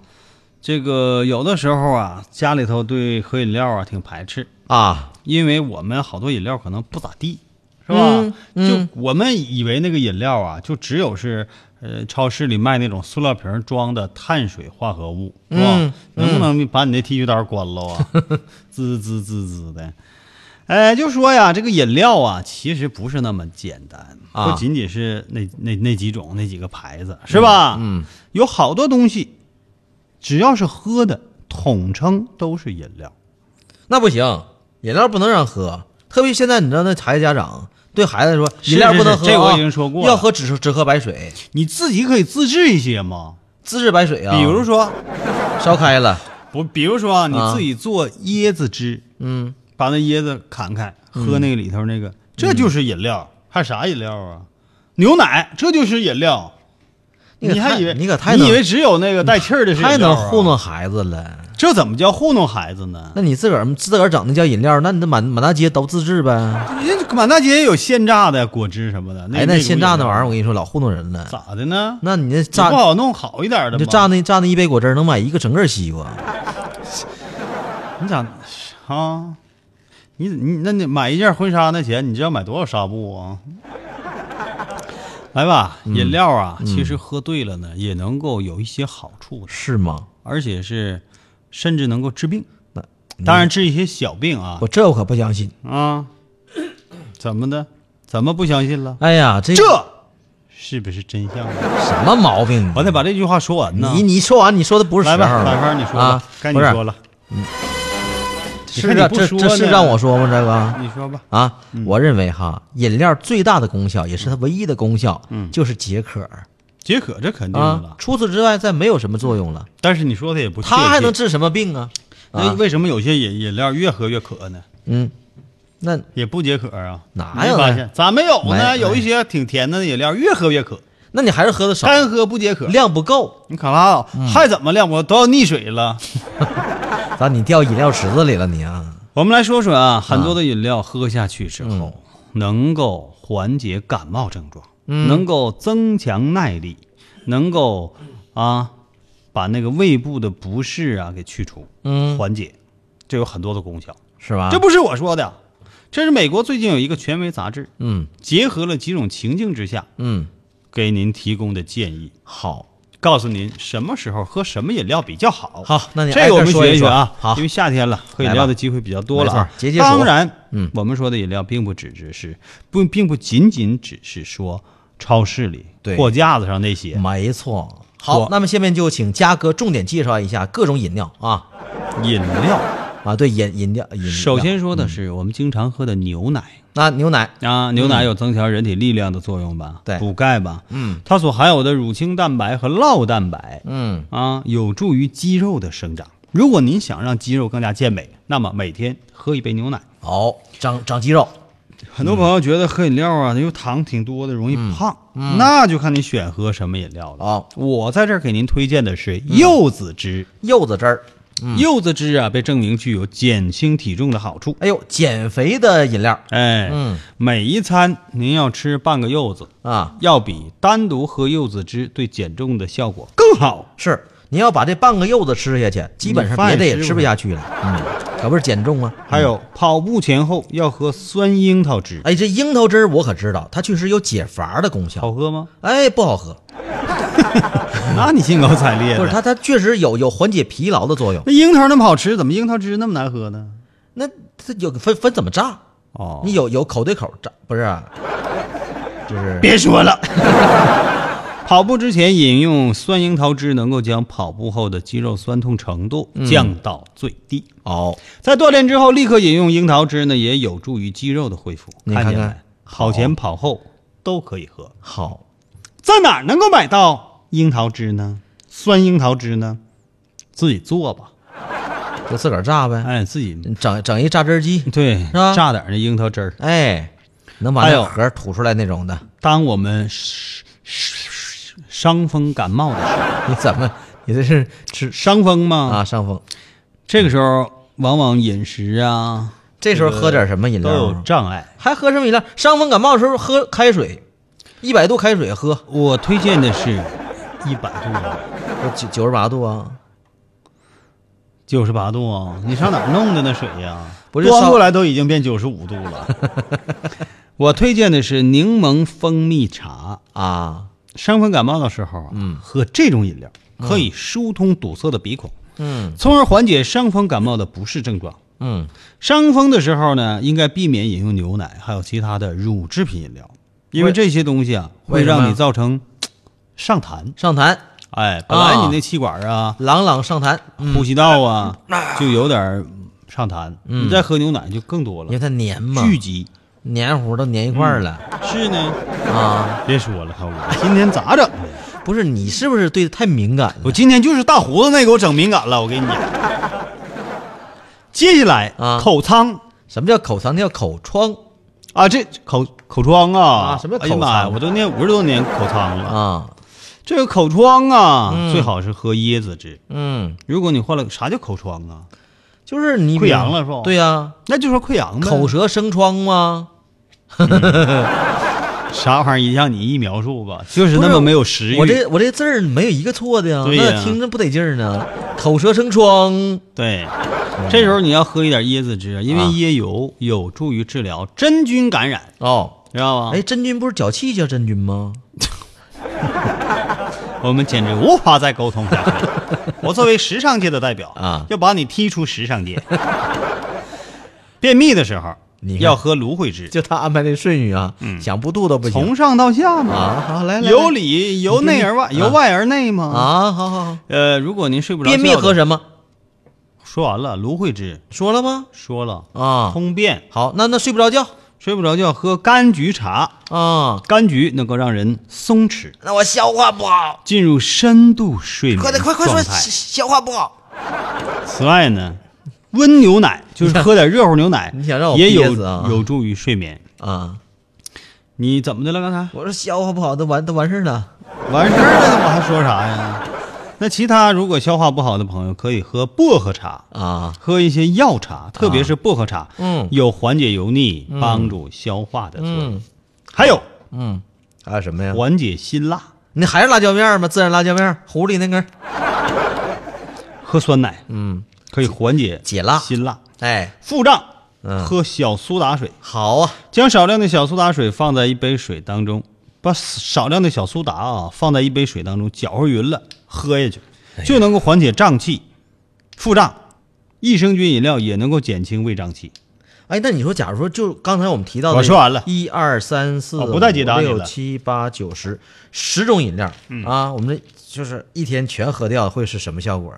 S1: 这个有的时候啊，家里头对喝饮料啊挺排斥，
S2: 啊，
S1: 因为我们好多饮料可能不咋地，是吧？
S2: 嗯
S1: 就我们以为那个饮料啊，就只有是呃超市里卖那种塑料瓶装的碳水化合物，是吧？
S2: 嗯
S1: 能不能把你那剃须刀关了 啊？滋滋滋滋的。哎，就说呀，这个饮料啊，其实不是那么简单，
S2: 啊
S1: 不仅仅是那那那几种那几个牌子，是吧？嗯，有好多东西，只要是喝的，统称都是饮料。
S2: 那不行，饮料不能让喝，特别现在你知道那孩子家长对孩子说，
S1: 是
S2: 饮料不能
S1: 是
S2: 喝、啊，
S1: 是这我已经说过了
S2: 要喝只只喝白水，
S1: 你自己可以自制一些嘛，
S2: 自制白水啊。
S1: 比如说，
S2: 烧开了，
S1: 不，比如说啊，你
S2: 啊
S1: 自己做椰子汁，
S2: 嗯，
S1: 把那椰子砍开，喝那个里头那个，这就是饮料，还啥饮料啊？牛奶，这就是饮料。
S2: 你可
S1: 你还
S2: 太
S1: 以为
S2: 你可太
S1: 你
S2: 能
S1: 以为只有那个带气儿的是饮料啊
S2: 太能糊？弄孩子了。
S1: 这怎么叫糊弄孩子呢？
S2: 那你自个儿自个儿整那叫饮料，那你那满满大街都自制呗。
S1: 人家满大街也有现榨的果汁什么的。
S2: 哎，那
S1: 个
S2: 现榨那玩意儿，我
S1: 我
S2: 跟你说老糊弄人了。
S1: 啊咋的呢？
S2: 那你那
S1: 你不
S2: 榨，
S1: 好弄好一点的
S2: 你就
S1: 吗
S2: 榨那榨那一杯果汁儿能买一个整个西瓜。
S1: 你咋啊？你你那你买一件婚纱那钱，你知道买多少纱布啊？来吧，
S2: 嗯
S1: 饮料啊，其实喝对了呢，也能够有一些好处的，
S2: 是吗？
S1: 而且是甚至能够治病，
S2: 那
S1: 当然治一些小病啊
S2: 我这我可不相信。
S1: 啊，怎么的？怎么不相信了？
S2: 哎呀，这
S1: 这是不是真相啊？
S2: 什么毛病啊？
S1: 我得把这句话说完呢。
S2: 你你说完，你说的不是
S1: 来
S2: 时候
S1: 吧，
S2: 了。
S1: 大川，你说吧
S2: 啊，，
S1: 该你
S2: 不是嗯
S1: 说了，
S2: 是
S1: 你看
S2: 让
S1: 你不
S2: 这
S1: 说
S2: 这是
S1: 呢嗯
S2: 让我说吗？这个
S1: 你说吧。
S2: 啊，我认为哈，饮料最大的功效，也是它唯一的功效，就是解渴
S1: 解渴这肯定的
S2: 啊
S1: 嗯了。，
S2: 除此之外再没有什么作用了。
S1: 但是你说的也不确
S2: 它还
S1: 切
S2: 能治什么病啊？
S1: 那
S2: 啊，
S1: 呃为什么有些饮饮料越喝越渴呢？
S2: 嗯，那
S1: 也不解渴啊？
S2: 哪有
S1: 你发
S2: 呢
S1: 现咋没哎有
S2: 没
S1: 呢？
S2: 没
S1: 有一些挺甜的饮料，越喝越渴，
S2: 那你还是喝的少，
S1: 干喝不解渴。
S2: 量不够，
S1: 你可拉倒，还怎么亮？我都要溺水了。
S2: 咋你掉饮料池子里了你啊？
S1: 我们来说说啊，嗯很多的饮料喝下去之后，能够缓解感冒症状，能够增强耐力，能够啊把那个胃部的不适啊给去除，
S2: 嗯
S1: 缓解，这有很多的功效。
S2: 是吧？
S1: 这不是我说的，这是美国最近有一个权威杂志，
S2: 嗯
S1: 结合了几种情境之下
S2: 嗯，
S1: 给您提供的建议，
S2: 好，
S1: 告诉您什么时候喝什么饮料比较好。
S2: 好那你
S1: 这个我
S2: 挨
S1: 们
S2: 个说
S1: 学
S2: 一
S1: 学
S2: 说
S1: 啊，
S2: 好
S1: 因为夏天了，喝饮料的机会比较多了
S2: 没
S1: 啊
S2: 错。解解暑
S1: 当然，
S2: 嗯
S1: 我们说的饮料并不只只是不，并不仅仅只是说超市里
S2: 对
S1: 货架子上那些。
S2: 没错。
S1: 我
S2: 好，那么下面就请嘉哥重点介绍一下各种饮料啊
S1: 饮料，
S2: 啊，对饮饮料饮料。
S1: 首先说的是我们经常喝的牛奶
S2: 那牛奶，
S1: 啊，牛奶有增强人体力量的作用吧，
S2: 对
S1: 补钙吧，
S2: 嗯
S1: 它所含有的乳清蛋白和酪蛋白，
S2: 嗯，
S1: 啊，有助于肌肉的生长。如果您想让肌肉更加健美，那么每天喝一杯牛奶。
S2: 好，长长肌肉，
S1: 很多朋友觉得喝饮料啊，因为糖挺多的，容易胖，
S2: 嗯
S1: 那就看你选喝什么饮料了。
S2: 好
S1: 我在这儿给您推荐的是
S2: 嗯
S1: 柚子汁。
S2: 柚子汁儿。
S1: 柚子汁啊，被证明具有减轻体重的好处。
S2: 哎呦，减肥的饮料
S1: 哎，
S2: 嗯
S1: 每一餐您要吃半个柚子，
S2: 啊，
S1: 要比单独喝柚子汁对减重的效果更好。
S2: 是你要把这半个柚子吃下去，基本上别的也吃不下去了。嗯，可不是减重吗？
S1: 还有，跑步前后要喝酸樱桃汁，
S2: 哎，这樱桃汁儿我可知道，它确实有解乏的功
S1: 好
S2: 效。
S1: 喝吗？
S2: 哎，不好喝，
S1: 那你兴高采烈的
S2: 不是它，它确实有有缓解疲劳的作用。
S1: 那樱桃那么好吃，怎么樱桃汁那么难喝呢？
S2: 那它有分分怎么榨？
S1: 哦
S2: 你有有口对口榨不是啊、就是
S1: 别说了。跑步之前饮用酸樱桃汁，能够将跑步后的肌肉酸痛程度降到最低。
S2: 哦，
S1: 在锻炼之后立刻饮用樱桃汁呢，也有助于肌肉的恢复。
S2: 你看
S1: 看
S2: 看
S1: 见没？跑前跑后都可以喝。
S2: 好，
S1: 在哪儿能够买到樱桃汁呢？酸樱桃汁呢？自己做吧，
S2: 就自个儿榨呗，
S1: 哎，自己
S2: 整整一榨汁儿机，
S1: 对
S2: 啊吧
S1: 榨点儿那樱桃汁儿。
S2: 哎，能把
S1: 还有
S2: 那核儿吐出来那种的。
S1: 当我们是是伤风感冒的时候，
S2: 你怎么，你这是吃
S1: 伤风嘛，
S2: 啊伤风？
S1: 这个时候往往饮食啊
S2: 这时候喝点什么饮
S1: 都
S2: 料
S1: 有
S2: 啊？
S1: 障碍。
S2: 还喝什么饮料？伤风感冒的时候喝开水，一百度开水喝，
S1: 我推荐的是一百度啊，
S2: 不九九十八度啊？
S1: 九十八度啊，你上哪儿弄的那水呀、
S2: 不是
S1: 端
S2: 烧
S1: 过来都已经变九十五度 了。我推荐的是柠檬蜂蜜茶，
S2: 啊，
S1: 伤风感冒的时候，嗯，喝这种饮料可以疏通堵塞的鼻孔，
S2: 嗯
S1: 从而缓解伤风感冒的不适症状。
S2: 嗯，
S1: 伤风的时候呢，应该避免饮用牛奶，还有其他的乳制品饮料，因为
S2: 为
S1: 这些东西啊会
S2: 为什么呀
S1: 让你造成嘖上痰。
S2: 上痰，
S1: 哎，本来你那气管啊、
S2: 朗朗上痰，嗯
S1: 呼吸道啊就有点儿上痰，你再喝牛奶就更多
S2: 因为
S1: 了，
S2: 嗯它黏嘛，
S1: 聚集。
S2: 黏糊都黏一块儿了、
S1: 是呢，
S2: 啊！
S1: 别说了，我今天咋整的？
S2: 不是你是不是对他太敏感
S1: 我
S2: 了
S1: 今天就是大胡子那给我整敏感了，我跟你讲。接下来
S2: 啊
S1: 口仓
S2: 什么叫口藏？那叫口疮
S1: 啊，这口口疮啊
S2: 啊什么叫
S1: 哎呀妈呀，
S2: 口疮
S1: 我都念五十多年口疮了。
S2: 啊！
S1: 这个口疮啊，
S2: 嗯
S1: 最好是喝椰子汁。
S2: 嗯，
S1: 如果你患了啥叫口疮啊？
S2: 就是你
S1: 溃疡了是吧
S2: 对呀、
S1: 那就说溃疡呗。
S2: 口舌生疮吗？
S1: 啥玩意儿？让你一描述吧，就是那么没有食欲。
S2: 我这我这字儿没有一个错的呀，
S1: 对呀
S2: 那听着不得劲儿呢。口舌生疮，
S1: 对，
S2: 嗯
S1: 这时候你要喝一点椰子汁，
S2: 啊
S1: 因为椰油有助于治疗真菌感染，
S2: 哦，
S1: 知道吗？
S2: 哎，真菌不是脚气叫真菌吗？
S1: 我们简直无法再沟通下去了。我作为时尚界的代表
S2: 啊
S1: 要把你踢出时尚界。便秘的时候
S2: 你看
S1: 要喝芦荟汁，
S2: 就他安排的顺序啊，想不吐都不行
S1: 从上到下嘛，
S2: 啊！好，来来来
S1: 由里由内而外，
S2: 啊
S1: 由外而内嘛。，
S2: 啊，好好好，
S1: 呃，如果您睡不着觉
S2: 便
S1: 的，
S2: 秘喝什么？
S1: 说完了，芦荟汁
S2: 说了吗？
S1: 说了，
S2: 啊，
S1: 通便。
S2: 好，那那睡不着觉
S1: 睡不着觉喝柑橘茶，
S2: 啊，
S1: 柑橘能够让人松弛，
S2: 那我消化不好，
S1: 进入深度睡眠
S2: 快点快快说
S1: 状态。
S2: 消消化不好，
S1: 此外呢，温牛 奶就是喝点热乎牛奶，
S2: 你想让我
S1: 也有
S2: 憋死啊
S1: 有助于睡眠。
S2: 啊，
S1: 你怎么的了？刚才
S2: 我说消化不好都完都完事儿了，
S1: 完事儿了，我还说啥呀？那其他如果消化不好的朋友，可以喝薄荷茶，
S2: 啊，
S1: 喝一些药茶，特别是薄荷茶，
S2: 嗯
S1: 有缓解油腻、帮助消化的作用。
S2: 嗯
S1: 还有
S2: 嗯，还有什么呀？
S1: 缓解辛辣，
S2: 你还是辣椒面儿吗？孜然辣椒面儿，糊里那根儿，
S1: 喝酸奶
S2: 嗯，
S1: 可以缓解
S2: 解辣
S1: 辛辣。
S2: 哎，
S1: 腹胀，
S2: 嗯
S1: 喝小苏打水，
S2: 好啊，
S1: 将少量的小苏打水放在一杯水当中，把少量的小苏打啊放在一杯水当中搅和匀了，喝下去
S2: 哎
S1: 就能够缓解胀气、腹胀。益生菌饮料也能够减轻胃胀气。
S2: 哎，那你说，假如说就刚才我们提到的，
S1: 我说完了
S2: 一二三四，
S1: 哦不带解答你
S2: 六
S1: 了嗯
S2: 七八九十，十种饮料、啊，我们这就是一天全喝掉会是什么效果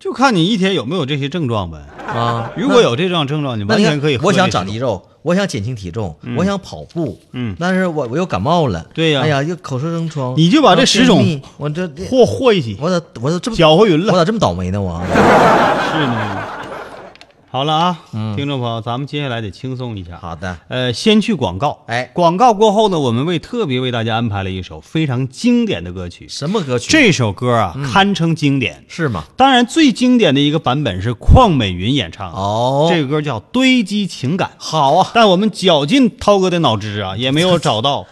S1: 就看你一天有没有这些症状呗。
S2: 啊？
S1: 如果有这种症状，你
S2: 那
S1: 完
S2: 你看
S1: 全可以喝
S2: 我想
S1: 这
S2: 长
S1: 种
S2: 肌肉，我想减轻体重，我想跑步，
S1: 嗯
S2: 但是我我又感冒了，
S1: 对呀
S2: 哎呀，又口舌生疮，
S1: 你就把
S2: 然后
S1: 这十
S2: 便
S1: 种
S2: 秘我这这
S1: 和和一起，
S2: 我咋我咋这么
S1: 搅和匀
S2: 我
S1: 了。
S2: 咋这么倒霉呢？我
S1: 是呢。好了啊，听众朋友，咱们接下来得轻松一下。
S2: 嗯好的，
S1: 呃，先去广告。
S2: 哎
S1: 广告过后呢，我们为特别为大家安排了一首非常经典的歌曲。
S2: 什么歌曲？
S1: 这首歌啊，
S2: 嗯
S1: 堪称经典。
S2: 是吗？
S1: 当然，最经典的一个版本是邝美云演唱的。
S2: 哦
S1: 这个歌叫《堆积情感》。
S2: 好啊，
S1: 但我们绞尽涛哥的脑汁 啊，也没有找到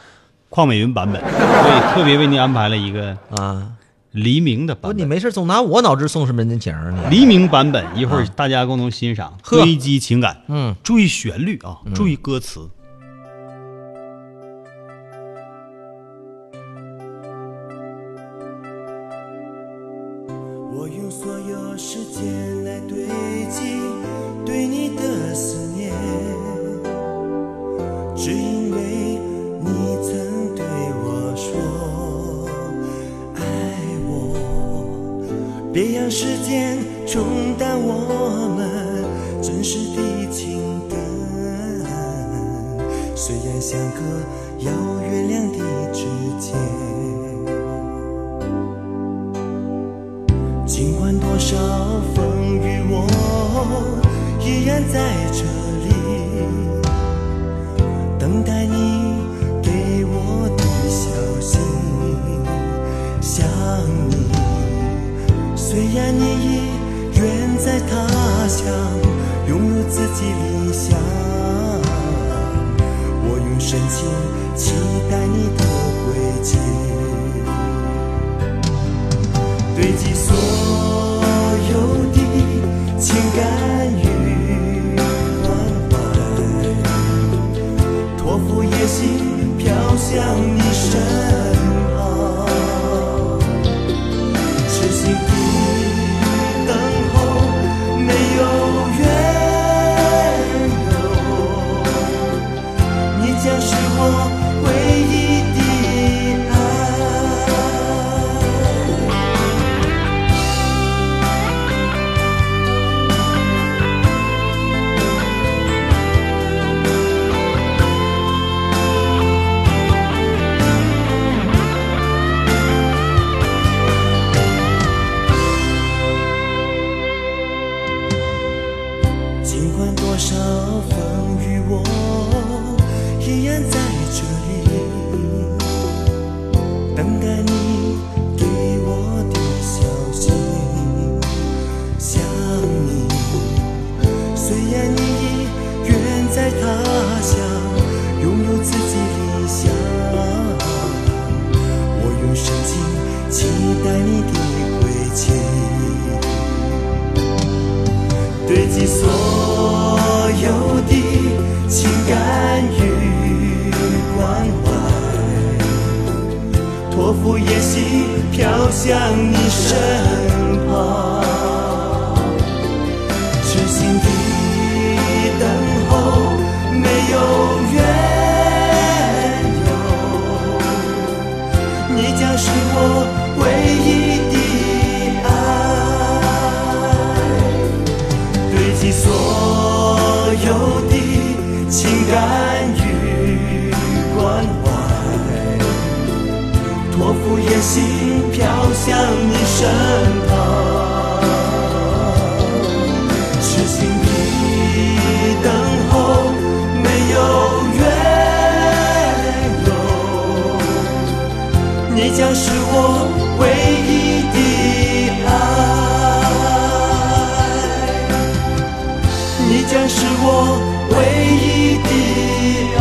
S1: 邝美云版本，所以特别为您安排了一个
S2: 啊，
S1: 黎明的
S2: 不，
S1: 版
S2: 哦你
S1: 本。
S2: 没事总拿我脑汁送什么人情儿呢？
S1: 黎明版本一会儿大家共同欣赏。
S2: 嗯呵
S1: 堆积情感，
S2: 嗯。
S1: 注意旋律啊，注意歌词。
S3: 我用所有时间来堆积对你的思念，只因为你曾对我说爱我，别让时间冲淡我们真实的情感。虽然相隔遥远两地之间。尽管多少风雨，我依然在这里，等待你给我的消息。想你，虽然你已远在他乡，拥有自己理想，我用深情期待你的归期。堆积所有的情感与关怀，托付夜星飘向你身旁，痴心的等候没有缘由，风雨我依然在这里，等待你给我的消息。想你，虽然你已远在他乡，拥有自己理想，我用深情期待你的归期。堆积所有的情感与关怀，托付夜息飘向你身旁，痴心的等候，没有缘由，你将是我唯一的爱。堆积所有的情感与关怀，托付夜星飘向你身旁，痴心的等候，没有缘由，你将是我唯一的爱。你将是我唯一的爱。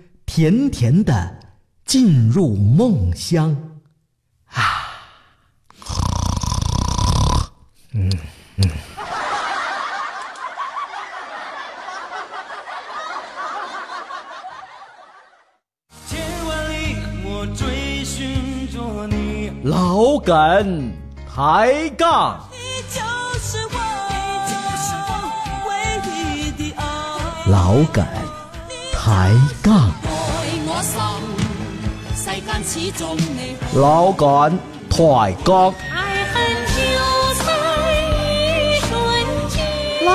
S2: 甜甜的进入梦乡。
S3: 千万里我追寻着你，
S2: 老梗抬杠，
S5: 你就是我，你就是我唯一的爱。
S2: 老梗抬杠，
S5: 爱我心，世间始终你。
S2: 老梗抬杠，
S5: 爱恨就在一瞬间。
S6: 老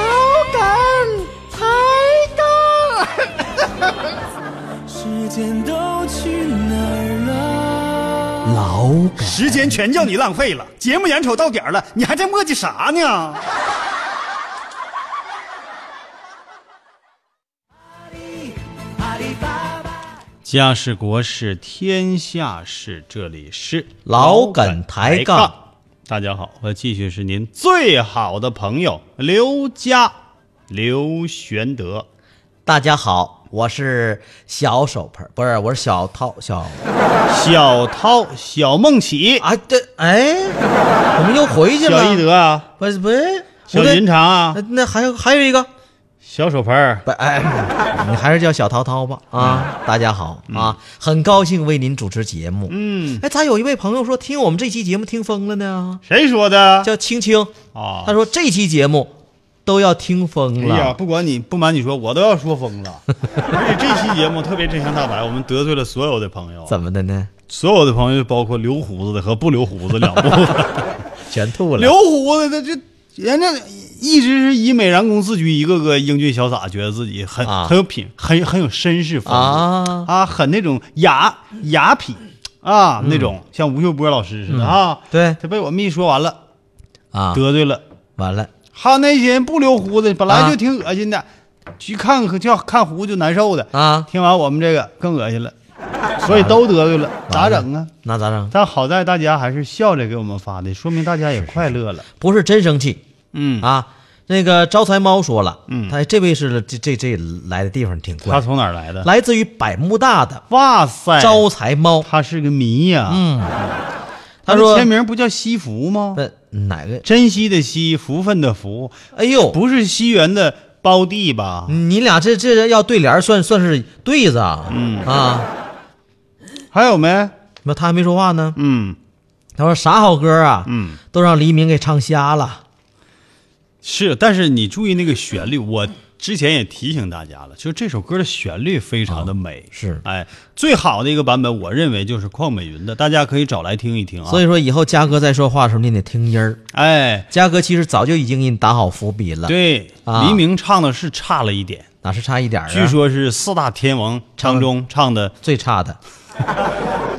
S6: 梗抬杠。
S3: 时间都去哪儿了？
S2: 老梗
S7: 时间全叫你浪费了，节目眼瞅到点儿了，你还在磨叽啥呢？
S1: 家事国事天下事，这里是
S2: 老梗抬杠。。
S1: 大家好，我继续是您最好的朋友刘佳刘玄德。
S2: 大家好，我是小手盆儿，不是，我是小涛小。
S1: 小涛、小梦起、
S2: 啊，对，哎，我们又回去了。
S1: 小一德啊，
S2: 不是不是，
S1: 小
S2: 不对
S1: 林长啊
S2: 那，那还有还有一个，
S1: 小手盆儿，
S2: 不，哎， 你还是叫小涛涛吧啊！大家好啊，很高兴为您主持节目。
S1: 嗯，
S2: 哎，咋有一位朋友说听我们这期节目听疯了呢？
S1: 谁说的？
S2: 叫青青，
S1: 啊，
S2: 他说这期节目都要听疯
S1: 哎呀，
S2: 了。
S1: 不管你不瞒你说，我都要说 疯了。而且这期节目特别真相大白，我们得罪了所有的朋友，
S2: 怎么的呢？
S1: 所有的朋友包括留胡子的和不留胡子 两部分。
S2: 全吐了
S1: 留。胡子的这人家一直是以美然公自居，一个个英俊潇洒，觉得自己很、
S2: 啊
S1: 很有品，很很有绅士风度
S2: 啊
S1: 很那种雅雅痞啊、那种，像吴秀波老师似的、啊。
S2: 嗯对
S1: 他被我们一说完了，
S2: 啊，
S1: 得罪了。
S2: 完了，
S1: 还有那些人不留胡子，本来
S2: 啊
S1: 就挺恶心的，去看就要看胡子就难受的
S2: 啊
S1: 听完我们这个更恶心了，所以都得罪了，咋整啊？
S2: 那咋整？
S1: 但好在大家还是笑着给我们发的，说明大家也快乐了。
S2: 不是真生气，
S1: 嗯，
S2: 啊，那个招财猫说了，
S1: 嗯
S2: 他这位是这这这来的地方挺
S1: 他哎
S2: 怪，
S1: 从哪儿来的？
S2: 来自于百慕大的
S1: 哇塞，
S2: 招财猫。
S1: 他是个迷呀、
S2: 嗯，他
S1: 他的
S2: 说呃
S1: 签名不叫西服吗？
S2: 那哪个？
S1: 珍惜的惜，福分的福，
S2: 哎呦，
S1: 不是西元的
S8: 胞弟吧？
S2: 你俩这这要对联儿算算是对子啊？嗯啊，
S8: 还有没？
S2: 那他还没说话呢。
S8: 嗯
S2: 他说啥好歌啊？
S8: 嗯，
S2: 都让黎明给唱瞎了。
S1: 是，但是你注意那个旋律，我之前也提醒大家了，就是这首歌的旋律非常的美。
S2: 啊是
S1: 哎，最好的一个版本，我认为就是邝美云的，大家可以找来听一听啊。
S2: 所以说以后嘉哥在说话的时候，你得听音儿。
S1: 哎，
S2: 嘉哥其实早就已经给你打好伏笔了，，
S1: 对，
S2: 啊
S1: 黎明唱的是差了一点，
S2: 哪是差一点儿啊？
S1: 据说是四大天王当中唱的，
S2: 最差的。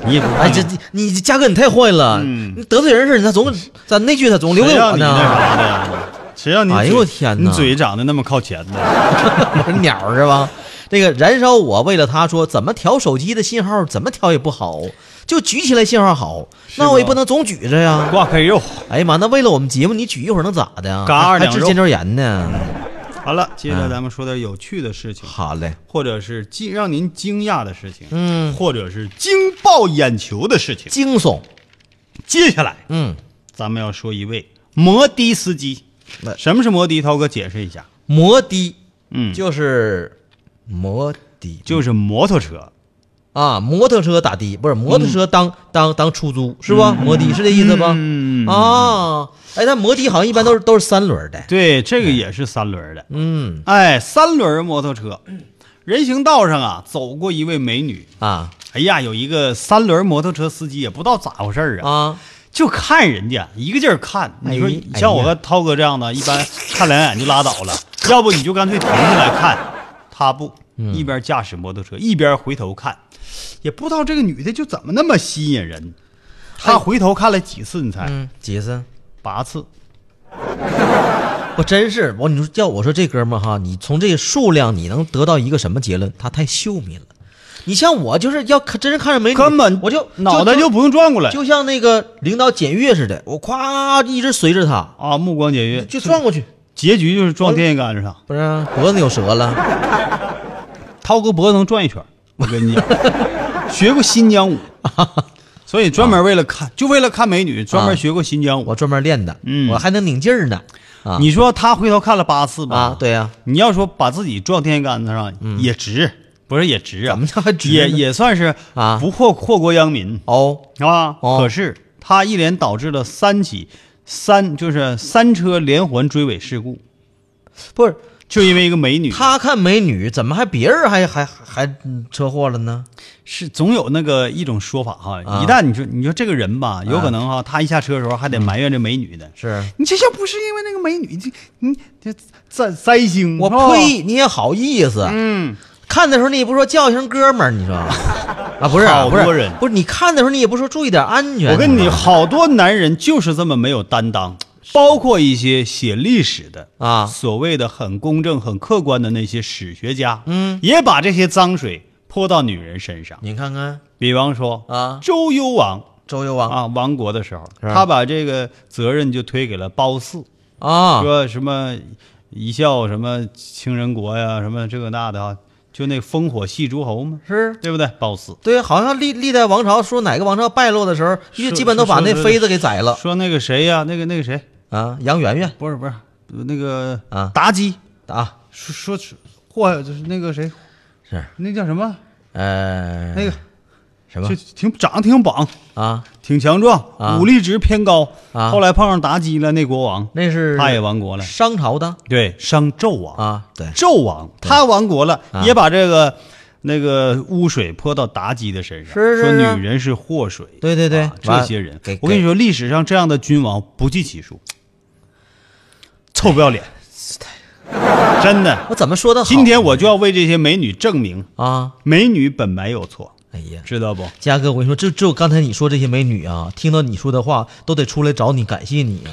S1: 你也不
S2: 嗯哎，这这你这嘉哥你太坏了，你得罪人似的，他总咱那句他总留给
S1: 嗯谁让
S2: 我
S1: 你那
S2: 呢。
S1: 啥 的，谁让你
S2: 哎呦
S1: 嘴
S2: 我天哪
S1: 你嘴长得那么靠前的，
S2: 我是 鸟儿是吧？那个燃烧我为了他说怎么调手机的信号怎么调也不好，就举起来信号好，
S1: 啊
S2: 那我也不能总举着呀。
S1: 挂黑肉。
S2: 哎呀妈，那为了我们节目你举一会儿能咋的呀？
S1: 嘎二
S2: 还
S1: 两
S2: 治
S1: 肉嗯
S2: 尖椒炎呢？
S1: 好了，接
S2: 嗯
S1: 着咱们说点有趣的事情，
S2: 好嘞，
S1: 或者是惊让您惊讶的事情，
S2: 嗯，
S1: 或者是惊爆眼球的事情。
S2: 惊悚，
S1: 接下来
S2: 嗯，
S1: 咱们要说一位摩的司机
S2: 那，
S1: 什么是摩的？涛哥解释一下，
S2: 摩的
S1: 嗯，
S2: 就是摩的，
S1: 就是摩托车，
S2: 啊，摩托车打的不是摩托车当、当当出租是吧？摩的是这意思吧？
S1: 嗯
S2: 啊，哎，但摩的好像一般都是都是三轮的，
S1: 对，这个也是三轮的，
S2: 嗯
S1: 哎，三轮摩托车。人行道上啊，走过一位美女，
S2: 啊
S1: 哎呀，有一个三轮摩托车司机也不知道咋回事儿啊，
S2: 啊，
S1: 就看人家一个劲儿看。你说
S2: 哎哎
S1: 像我
S2: 呀
S1: 和涛哥这样的，一般看两眼就拉倒了，要不你就干脆停下来看。他不，
S2: 嗯
S1: 一边驾驶摩托车一边回头看，也不知道这个女的就怎么那么吸引人。他回头看了几次？你猜？
S2: 哎嗯，几次？
S1: 八次。
S2: 我真是我，你说叫我说这哥们儿哈，你从这个数量你能得到一个什么结论？他太秀敏了。你像我就是要看，真是看上美女，
S1: 根本
S2: 哎我就
S1: 脑袋就
S2: 就
S1: 不用转过来
S2: 就像那个领导检阅似的，我夸一直随着他
S1: 啊！目光简约，
S2: 就转过去，
S1: 结局就是撞电线杆子上。
S2: 不是啊脖子有折了，
S1: 涛哥脖子能转一圈儿，我 跟你讲，学过新疆舞，所以专门为了看，就为了看美
S2: 啊
S1: 女，专门学过新疆舞
S2: 我。专门练的，
S1: 嗯
S2: 我还能拧劲儿呢，啊
S1: 你说他回头看了八次吧？
S2: 啊，对呀、
S1: 你要说把自己撞电线杆子上、也值，不是也值啊？
S2: 怎么叫还值呢
S1: 也也算是
S2: 啊
S1: 不祸祸国殃民
S2: 哦，
S1: 啊。
S2: 哦
S1: 可是他一连导致了三起三就是三车连环追尾事故，
S2: 不是
S1: 就因为一个美女。
S2: 他看美女，怎么还别人还还还嗯车祸了呢？
S1: 是总有那个一种说法哈，
S2: 啊
S1: 一旦你说你说这个人吧，有可能哈，他一下车的时候还得埋怨这美女呢。
S2: 是
S1: 嗯你这要不是因为那个美女，这你这灾灾星，
S2: 我
S1: 是吧
S2: 呸！你也好意思，
S1: 嗯，
S2: 看的时候你也不说叫一声哥们儿， 你说啊？不是，
S1: 好
S2: 不是
S1: 多人
S2: 不是你看的时候你也不说注意点安全。
S1: 我跟你
S2: 是
S1: 讲
S2: 吧
S1: 好多男人就是这么没有担当，包括一些写历史的
S2: 啊
S1: 所谓的很公正、很客观的那些史学家，嗯，也把这些脏水泼到女人身上。
S2: 你看看
S1: 比方说
S2: 啊
S1: 周幽王
S2: 周幽王
S1: 啊，亡国的时候，
S2: 是
S1: 他把这个责任就推给了褒姒。
S2: 啊，
S1: 说什么一笑什么清人国呀，什么这个那的啊，就那烽火戏诸侯嘛，
S2: 是
S1: 对不对？褒姒
S2: 对，好像历历代王朝说哪个王朝败落的时候，
S1: 是
S2: 就基本都把
S1: 是
S2: 那
S1: 是
S2: 妃子给宰了
S1: 说那个谁呀，那个那个谁，
S2: 啊。杨媛媛
S1: 不是不是那个
S2: 啊
S1: 妲己，
S2: 啊，
S1: 说说或就是那个谁，
S2: 是
S1: 那叫什么？
S2: 呃，
S1: 那个
S2: 什么
S1: 就挺长得挺膀，
S2: 啊，
S1: 挺强壮，
S2: 啊
S1: 武力值偏高。
S2: 啊
S1: 后来碰上妲己了，那国王
S2: 那是
S1: 他也亡国了，
S2: 商朝的
S1: 对，商纣王
S2: 啊，对，
S1: 纣王他亡国了，
S2: 啊
S1: 也把这个那个污水泼到妲己的身上，
S2: 是是
S1: 说
S2: 是
S1: 女人是祸水。
S2: 对对对
S1: 啊
S2: 完
S1: 这些人
S2: 给，
S1: 我跟你说，历史上这样的君王不计其数，臭不 要脸，真的。
S2: 我怎么说的好？
S1: 今天我就要为这些美女证明，
S2: 啊，
S1: 美女本没有错，
S2: 哎呀，
S1: 知道不？
S2: 嘉哥，我跟你说，就就刚才你说这些美女啊，听到你说的话，都得出来找你感谢你啊！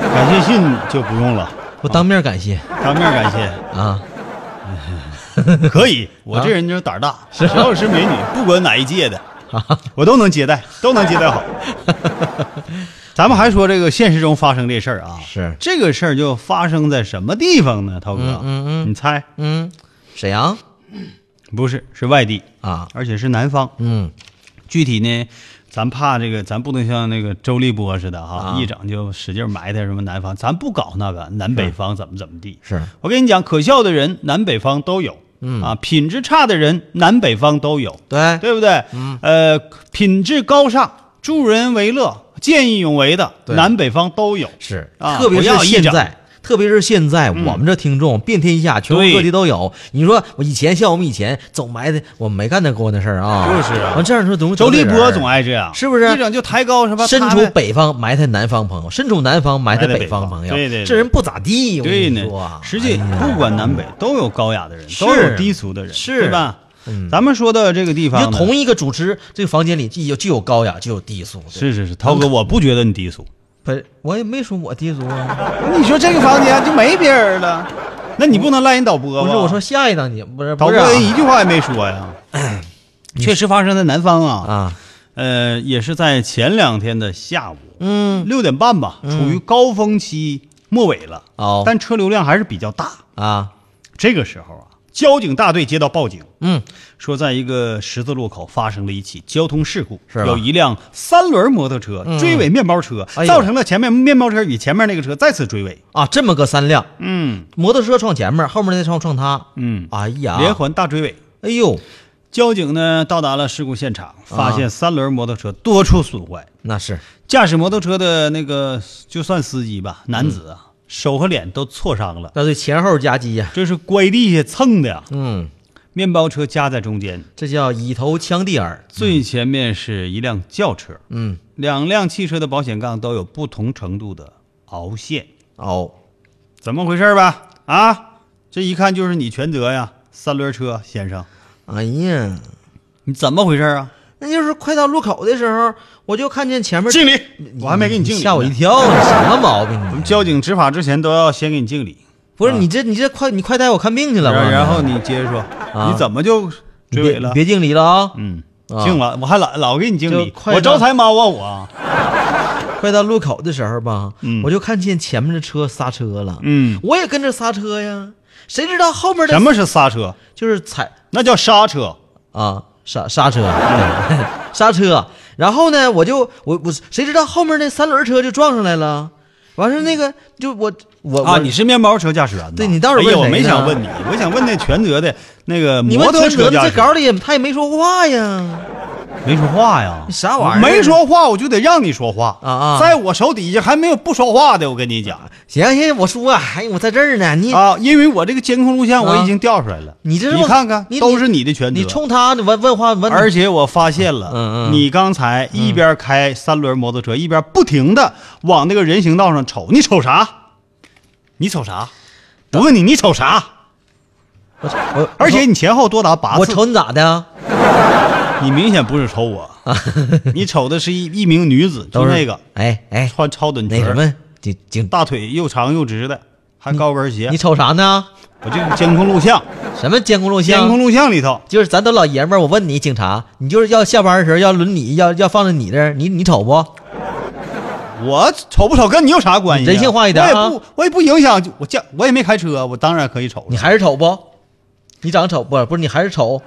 S1: 感谢信就不用了，
S2: 我当面感谢
S1: 当面感谢，
S2: 啊！
S1: 可以。我这人就是胆儿大，只要是美女，不管哪一届的，
S2: 啊
S1: 我都能接待，都能接 待好。咱们还说这个现实中发生这事儿啊，
S2: 是
S1: 这个事儿就发生在什么地方呢？涛哥，
S2: 嗯嗯
S1: 你猜？
S2: 嗯，沈阳
S1: 不是，是外地，
S2: 啊，
S1: 而且是南方。
S2: 嗯，
S1: 具体呢，咱怕这个，咱不能像那个周立波似的哈，
S2: 啊
S1: 一整就使劲埋汰什么南方，咱不搞那个南北方怎么怎么地。
S2: 是
S1: 我跟你讲，可笑的人南北方都有，
S2: 嗯
S1: 啊，品质差的人南北方都有，
S2: 对，
S1: 对不对？嗯，呃，品质高尚、助人为乐、见义勇为的，
S2: 对
S1: 南北方都有。
S2: 是，
S1: 啊
S2: 特别
S1: 不
S2: 是
S1: 要一
S2: 现
S1: 整嗯
S2: 在。特别是现在，我们这听众遍天下，全国
S1: 对
S2: 各地都有。你说我以前像我们以前总埋汰，我没干那过那事儿啊。
S1: 就是啊
S2: 完这样说总
S1: 周立
S2: 得
S1: 波
S2: 人
S1: 总爱这样，
S2: 是不是
S1: 一整就抬高什么？
S2: 身
S1: 他
S2: 处
S1: 们
S2: 北方埋汰南方朋友，身处南方埋汰
S1: 埋汰北
S2: 方
S1: 方
S2: 朋友。
S1: 对对对
S2: 这人不咋地。我跟
S1: 对
S2: 你
S1: 呢
S2: 说啊，，
S1: 实际
S2: 哎呀
S1: 不管南北都有高雅的人，
S2: 是
S1: 都有低俗的人，
S2: 是
S1: 对吧？
S2: 嗯
S1: 咱们说的这个地
S2: 你
S1: 方
S2: 就
S1: 呢，
S2: 同一个主持，这个房间里既有既有高雅，就有低俗。对
S1: 是是是，涛
S2: 嗯
S1: 哥，我不觉得你低俗，
S2: 不是，我也没说我低俗啊。
S7: 你说这个房间就没别人了，
S1: 那你不能赖人导播
S2: 不
S1: 吧？
S2: 是，我说，下一档节目不是
S1: 啊导
S2: 不是
S1: 播
S2: 啊
S1: 一句话也没说 呀。确实发生在南方啊，
S2: 啊，
S1: 呃，也是在前两天的下午
S2: 嗯
S1: 六点半吧，处于高峰期末尾了，
S2: 哦
S1: 但车流量还是比较大。
S2: 啊
S1: 这个时候啊，交警大队接到报警，
S2: 嗯，
S1: 说在一个十字路口发生了一起交通事故，
S2: 是吧嗯
S1: 有一辆三轮摩托车追尾面包车，
S2: 哎呦
S1: 造成了前面面包车与前面那个车再次追尾。
S2: 啊，这么个三辆，
S1: 嗯
S2: 摩托车撞前面，后面那撞撞他。
S1: 嗯，
S2: 哎呀，
S1: 连环大追尾。
S2: 哎呦，
S1: 交警呢到达了事故现场，发
S2: 啊
S1: 现三轮摩托车多处损坏，
S2: 那是
S1: 驾驶摩托车的那个就算司机吧，男子
S2: 嗯
S1: 啊，手和脸都挫伤了，
S2: 那对前后夹击呀、
S1: 这是摔地下蹭的呀。
S2: 嗯，
S1: 面包车夹在中间，
S2: 这叫以头枪地耳。
S1: 最前面是一辆轿车，
S2: 嗯，
S1: 两辆汽车的保险杠都有不同程度的凹陷，
S2: 哦，
S1: 怎么回事吧？啊，这一看就是你全责呀，三轮车先生，
S2: 哎呀，
S1: 你怎么回事啊？
S2: 那就是快到路口的时候，我就看见前面
S1: 敬礼，我还没给你敬礼呢，
S2: 吓我一跳，你什么毛病
S1: 我
S2: 你
S1: 们？交警执法之前都要先给你敬礼，
S2: 不是你这你这快你快带我看病去了吧？
S1: 然然后你接着说，
S2: 啊
S1: 你怎么就
S2: 你
S1: 追
S2: 别
S1: 尾了
S2: 你？别敬礼了啊！
S1: 嗯，
S2: 啊
S1: 敬了，我还老老给你敬
S2: 就
S1: 礼，
S2: 快
S1: 我
S2: 到
S1: 招财猫啊我。
S2: 快到路口的时候吧，
S1: 嗯
S2: 我就看见前面的车刹车了，
S1: 嗯，
S2: 我也跟着刹车呀。谁知道后面的
S1: 什么是刹车？
S2: 就是踩
S1: 那叫刹车。
S2: 啊刹刹车，
S1: 嗯
S2: 刹车。然后呢，我就我我谁知道后面那三轮车就撞上来了，完事儿那个就我我
S1: 啊，
S2: 我
S1: 你是面包车驾驶员呐？
S2: 对你倒是
S1: 哎
S2: 问
S1: 呀，我
S2: 谁
S1: 没
S2: 呢
S1: 想问你，我想问那全 责的那个
S2: 你
S1: 摩
S2: 问
S1: 托
S2: 全
S1: 车
S2: 责
S1: 驾
S2: 的
S1: 驶
S2: 这稿里也他也没说话呀。
S1: 没说话呀？
S2: 啥玩意儿
S1: 没说话，我就得让你说话
S2: 啊啊
S1: 在我手底下还没有不说话的，我跟你讲
S2: 行行，我说啊，哎，我在这儿呢，你、
S1: 啊，因为我这个监控录像
S2: 啊
S1: 我已经调出来了。
S2: 你这是
S1: 你看看
S2: 你，
S1: 都是你的全责。
S2: 你冲他问问话问，
S1: 而且我发现了，
S2: 嗯嗯
S1: 你刚才一边开三轮摩托车，一边不停的往那个人行道上瞅，你瞅啥？你瞅啥？我问你，你瞅啥？
S2: 我我
S1: 而且你前后多达八次，
S2: 我瞅你咋的啊？
S1: 你明显不是瞅 我，你瞅的是一一名女子，就
S2: 都是
S1: 那个
S2: 哎哎，
S1: 穿超短裙
S2: 那什
S1: 儿，
S2: 么，警警，
S1: 大腿又长又直的，还高跟鞋
S2: 你。瞅啥呢？
S1: 我就监控录像，
S2: 什么监控录像？
S1: 监控录像里头，
S2: 就是咱都老爷们儿，我问你，警察，你就是要下班的时候要轮你，要要放在你这儿，你你瞅不？
S1: 我瞅不瞅跟你有啥关系啊？
S2: 你人性化一点啊
S1: 我也不，我也不影响，我驾我也没开车，我当然可以瞅了。
S2: 你还是瞅不？你长得丑不？不是你还是瞅？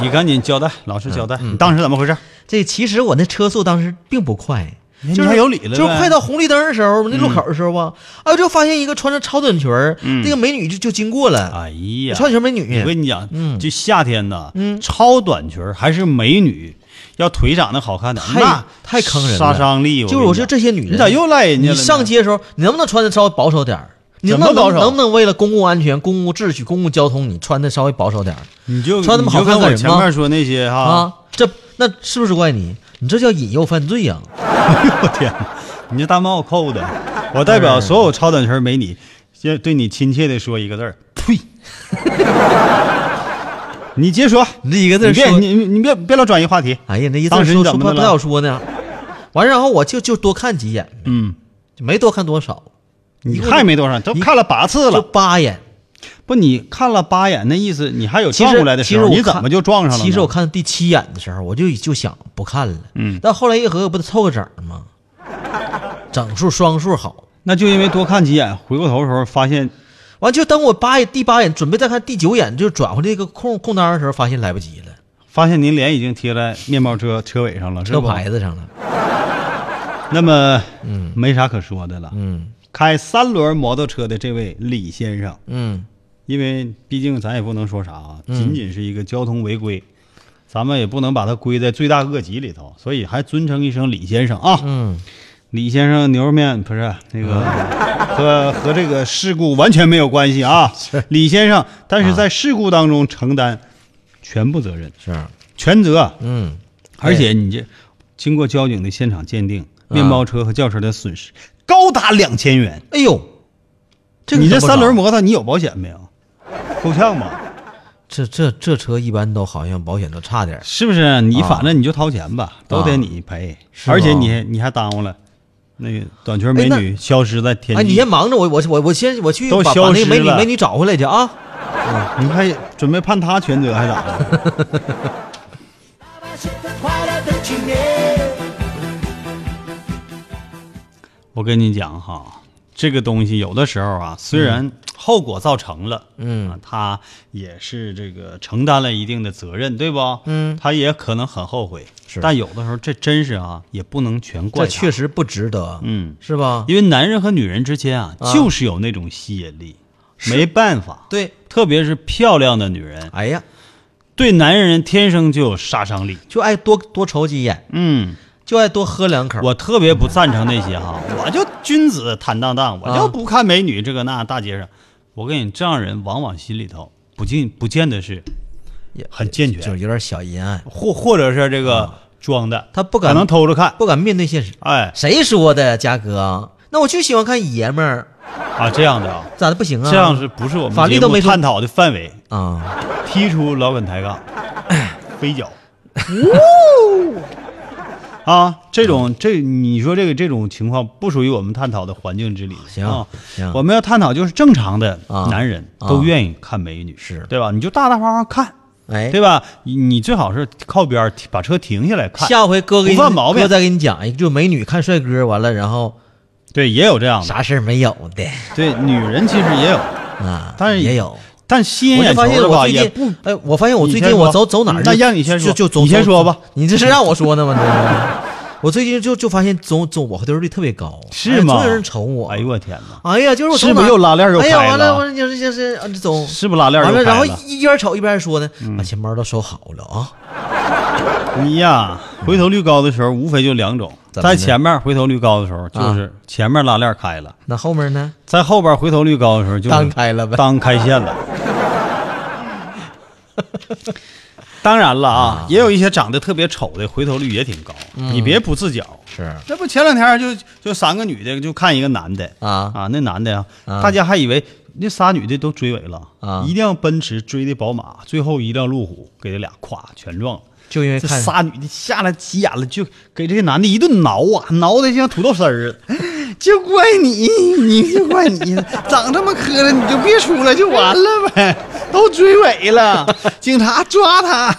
S1: 你赶紧交代，老实
S2: 嗯
S1: 交代，你当时怎么回事？
S2: 这其实我那车速当时并不快，
S1: 你
S2: 就是
S1: 还有理了呗嗯
S2: 就是快到红绿灯的时候，那路口的时候吧，哎，我就发现一个穿着超短裙儿那个美女就就经过了，
S1: 哎嗯呀，
S2: 超短裙美
S1: 我
S2: 女，
S1: 跟你讲，
S2: 嗯
S1: 就夏天呐，
S2: 嗯
S1: 超短裙儿还是美女，要腿长得好看点儿，
S2: 太
S1: 那
S2: 太坑人了
S1: 杀伤力。
S2: 就是我
S1: 我
S2: 说
S1: 跟你讲
S2: 这些女人，
S1: 你咋又赖人家
S2: 你
S1: 了呢？
S2: 上街的时候，你能不能穿的稍微保守点儿？你能不
S1: 怎么
S2: 能
S1: 保守
S2: 能不能为了公共安全、公共秩序、公共交通，你穿的稍微保守点儿
S1: 你就
S2: 穿那么好看
S1: 你就跟
S2: 干
S1: 我
S2: 什
S1: 前
S2: 么
S1: 面说那些哈，
S2: 啊？这那是不是怪你？你这叫引诱犯罪啊呀、
S1: 我天，你这大帽扣的，我代
S2: 哎
S1: 表所有超短裙儿美女，先对你亲切的说一个字儿：呸！你接着说，
S2: 你这一个字
S1: 你
S2: 儿
S1: 别
S2: 说，
S1: 你你你别别老转移话题。
S2: 哎呀，那一字
S1: 当
S2: 儿
S1: 时
S2: 说
S1: 你
S2: 说
S1: 怎
S2: 不不
S1: 么的了
S2: 太好说呢。完，然后我就就多看几眼，
S1: 嗯，
S2: 就没多看多少，
S1: 你看没多少，都
S2: 你
S1: 看了八次
S2: 就
S1: 了。
S2: 八眼。
S1: 不，你看了八眼，那意思你还有
S2: 其
S1: 撞
S2: 实
S1: 过来的
S2: 其
S1: 时
S2: 实
S1: 候，
S2: 我
S1: 你
S2: 看
S1: 怎么就撞上了呢？
S2: 其实我看第七眼的时候，我就就想不看了。
S1: 嗯
S2: 但后来一合计，不得凑个整儿吗？ 整数双数好。
S1: 那就因为多看几眼，回过头的时候发现
S2: 完，就等我八眼第八眼准备再看第九眼，就转回这个空空档的时候，发现来不及了。
S1: 发现您脸已经贴在面包车车尾上了，是
S2: 车
S1: 吧
S2: 牌子上了。
S1: 那么，嗯，没啥可说的了。
S2: 嗯
S1: 开三轮摩托车的这位李先生，
S2: 嗯，
S1: 因为毕竟咱也不能说啥啊，
S2: 嗯
S1: 仅仅是一个交通违规，咱们也不能把它归在罪大恶极里头，所以还尊称一声李先生啊。
S2: 嗯，
S1: 李先生牛肉面不是那个和和这个事故完全没有关系啊。李先生，但
S2: 啊
S1: 是在事故当中承担全部责任、
S2: 是，
S1: 全责，
S2: 嗯，
S1: 而且你这经过交警的现场鉴定，
S2: 啊
S1: 面包车和轿车的损失高达两千元。
S2: 哎呦，这个
S1: 你这
S2: 可不
S1: 三轮
S2: 少，
S1: 摩托你有保险没有？够呛吧？
S2: 这这这车一般都好像保险都差点儿。
S1: 是不是？你
S2: 啊
S1: 反正你就掏钱吧，都得你赔，
S2: 是
S1: 而且
S2: 吗
S1: 你你还耽误了那个短裙美
S2: 哎那
S1: 女消失在天
S2: 哎，你
S1: 际，
S2: 先忙着，我我我我先我去
S1: 都
S2: 把把
S1: 消
S2: 那个美
S1: 失
S2: 女
S1: 了
S2: 美女找回来去啊！
S1: 你还准备判他全责还咋的？我跟你讲哈，这个东西有的时候啊，虽然后果造成了，
S2: 嗯
S1: 啊他也是这个承担了一定的责任，对不？
S2: 嗯
S1: 他也可能很后悔，
S2: 是
S1: 但有的时候这真是啊，也不能全怪
S2: 这
S1: 他。
S2: 确实不值得，
S1: 嗯
S2: 是吧？
S1: 因为男人和女人之间啊，就是有那种吸引力，没办法。
S2: 对，
S1: 特别是漂亮的女人，
S2: 哎呀，
S1: 对男人天生就有杀伤力。
S2: 就爱多多瞅几眼，
S1: 嗯，
S2: 就爱多喝两口。
S1: 我特别不赞成那些哈，我就君子坦荡
S2: 啊
S1: 荡，我就不看美女这个那大街上。我跟你这样人，往往心里头不尽不见得是
S2: 也
S1: 很健
S2: 就
S1: 全，
S2: 有点小阴暗，
S1: 或或者是这个装的，
S2: 他不敢
S1: 可能偷着看。
S2: 不敢面对现实。
S1: 哎
S2: 谁说的，嘉哥？那我就喜欢看爷们儿，
S1: 啊，这样的啊，
S2: 咋的不行啊？
S1: 这样是不是我们
S2: 法律
S1: 节
S2: 都
S1: 目
S2: 没说
S1: 探讨的范围？
S2: 啊，
S1: 踢出老梗抬 杠，飞脚。啊，这种这你说这个这种情况不属于我们探讨的环境之里。
S2: 行
S1: 啊
S2: 行
S1: 我们要探讨就是正常的
S2: 啊
S1: 男人
S2: 啊
S1: 都愿意看美女，
S2: 是
S1: 对吧？你就大大方方看，
S2: 哎，
S1: 对吧？你你最好是靠边儿停把车停下来看。
S2: 下回哥给你
S1: 不犯毛病
S2: 哥再给你讲一个，就美女看帅哥，完了然后
S1: 对，也有这样的。
S2: 啥事儿没有的
S1: 对，女人其实也有，
S2: 啊，
S1: 但是
S2: 也有。
S1: 但吸引
S2: 我
S1: 眼
S2: 就
S1: 球
S2: 发现
S1: 的
S2: 我
S1: 话
S2: 最
S1: 也
S2: 近
S1: 不。，
S2: 哎，我发现我
S1: 你
S2: 最
S1: 先
S2: 近我走
S1: 说
S2: 走哪儿就
S1: 那让你先
S2: 就
S1: 说
S2: 就走，
S1: 你先
S2: 走
S1: 说吧。
S2: 你这是让我说呢吗？这我最近就就发现总总我回头率特别高，
S1: 是吗
S2: 哎总有人瞅我。
S1: 哎呦我天哪！
S2: 哎呀，就是我
S1: 是
S2: 走
S1: 不
S2: 哪
S1: 是
S2: 儿
S1: 又拉链又
S2: 哎呀，
S1: 开
S2: 完
S1: 了
S2: 了，我就是就是啊这走
S1: 是不是拉链儿
S2: 完
S1: 又
S2: 了，
S1: 开
S2: 然后
S1: 了嗯
S2: 一边瞅一边说呢，把钱包都收好了啊。
S1: 你呀，回头率高的时候，无非就两种，
S2: 怎么呢啊
S1: 在前面回头率高的时候，就是前面拉链开了；
S2: 那后面呢？
S1: 在后边回头率高的时候，就是
S2: 当开了呗
S1: 当开线了。当然了啊，也有一些长得特别丑的，回头率也挺高。
S2: 嗯
S1: 你别不自觉，
S2: 是
S1: 这不前两天就就三个女的就看一个男的
S2: 啊
S1: 啊，那男的呀、
S2: 啊
S1: 大家还以为那仨女的都追尾了
S2: 啊
S1: 一辆奔驰追的宝马，最后一辆路虎给这俩咵全撞了。
S2: 就因为
S1: 这
S2: 看
S1: 仨女的下来急眼了，就给这个男的一顿挠啊，挠的像土豆丝儿似的。 就怪你，你就怪你， 长这么磕碜，你就别出来就完了呗，都追尾了，警察抓他，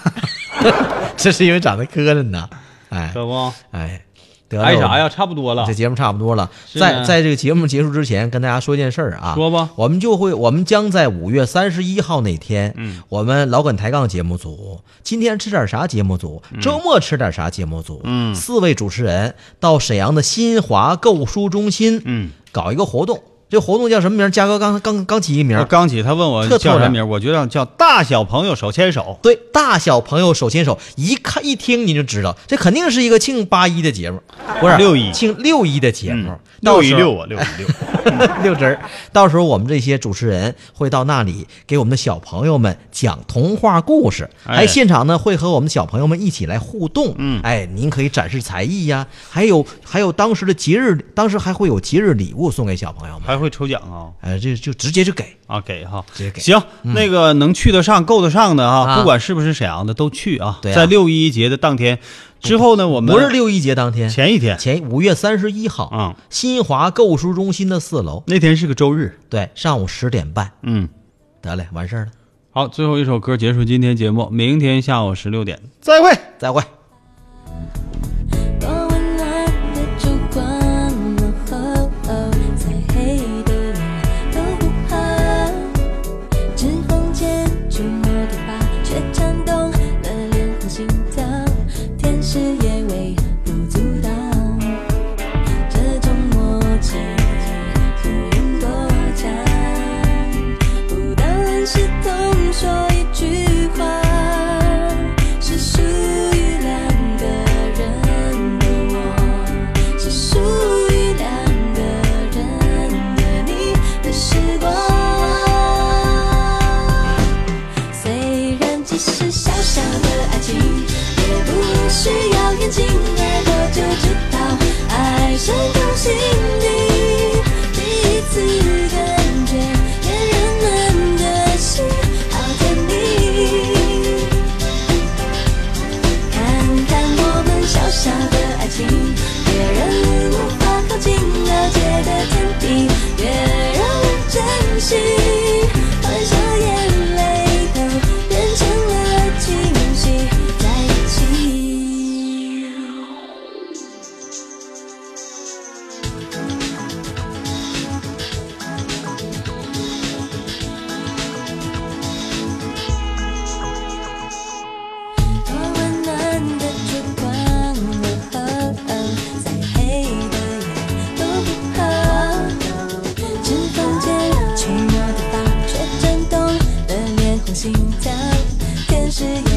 S2: 这是因为长得磕碜呢。哎
S1: 可不？
S2: 哎，得了
S1: 挨啥呀？？差不多了
S2: 这，节目差不多了，
S1: 啊是
S2: 在
S1: 呢
S2: 在这个节目结束之前，跟大家说件事儿啊。
S1: 说吧
S2: 我们就会，我们将在五月三十一号那天，嗯，我们老梗抬杠节目组今天吃点啥节目组，
S1: 嗯
S2: 周末吃点啥节目组，嗯，四位主持人到沈阳的新华购书中心，
S1: 嗯，
S2: 搞一个活动。这活动叫什么名？嘉哥刚刚刚起一名
S1: 我，哦刚起他问我
S2: 特
S1: 叫
S2: 凑
S1: 啥
S2: 合
S1: 名儿，我觉得叫大小朋友手牵手。
S2: 对，大小朋友手牵手，一看一听您就知道，这肯定是一个庆八一的节目，不是
S1: 啊六一
S2: 庆六一的节目，到
S1: 六一
S2: 时候
S1: 六啊，六一 六，
S2: 六侄儿，到时候我们这些主持人会到那里给我们的小朋友们讲童话故事，
S1: 哎
S2: 还现场呢会和我们小朋友们一起来互动。嗯，哎，您可以展示才艺呀，还有还有当时的节日，当时还会有节日礼物送给小朋友们。
S1: 还会抽奖啊？
S2: 哎，这就直接就给，
S1: 啊，给哈
S2: 直接，给嗯
S1: 行，那个能去得上、够得上的
S2: 啊
S1: 哈，不管是不是沈阳的都去啊。
S2: 对啊
S1: 在六一节的当天之后呢，我们
S2: 不是六一节当天，
S1: 前一天，
S2: 前五月三十一号，
S1: 嗯，
S2: 新华购书中心的四楼，
S1: 那天是个周日。
S2: 对，上午十点半，
S1: 嗯，
S2: 得嘞，完事儿了，
S1: 好，最后一首歌结束今天节目，明天下午十六点
S7: 再会。
S2: 再会。
S5: 多温暖的烛光哦，哦再黑的夜都不怕。指缝间触摸的疤，却颤动了脸和心。只是小小的爱情，也不需要眼睛，爱过就知道，爱深透心底。第一次感觉恋人们的心好甜蜜。看看我们小小的爱情，别人无法靠近了解的天地，越让人珍惜，欢笑眼泪都变成了惊喜，在一起。多温暖的烛光哦，再黑的夜都不怕。晨风间触摸的发，却震动了脸红心跳。天使也哦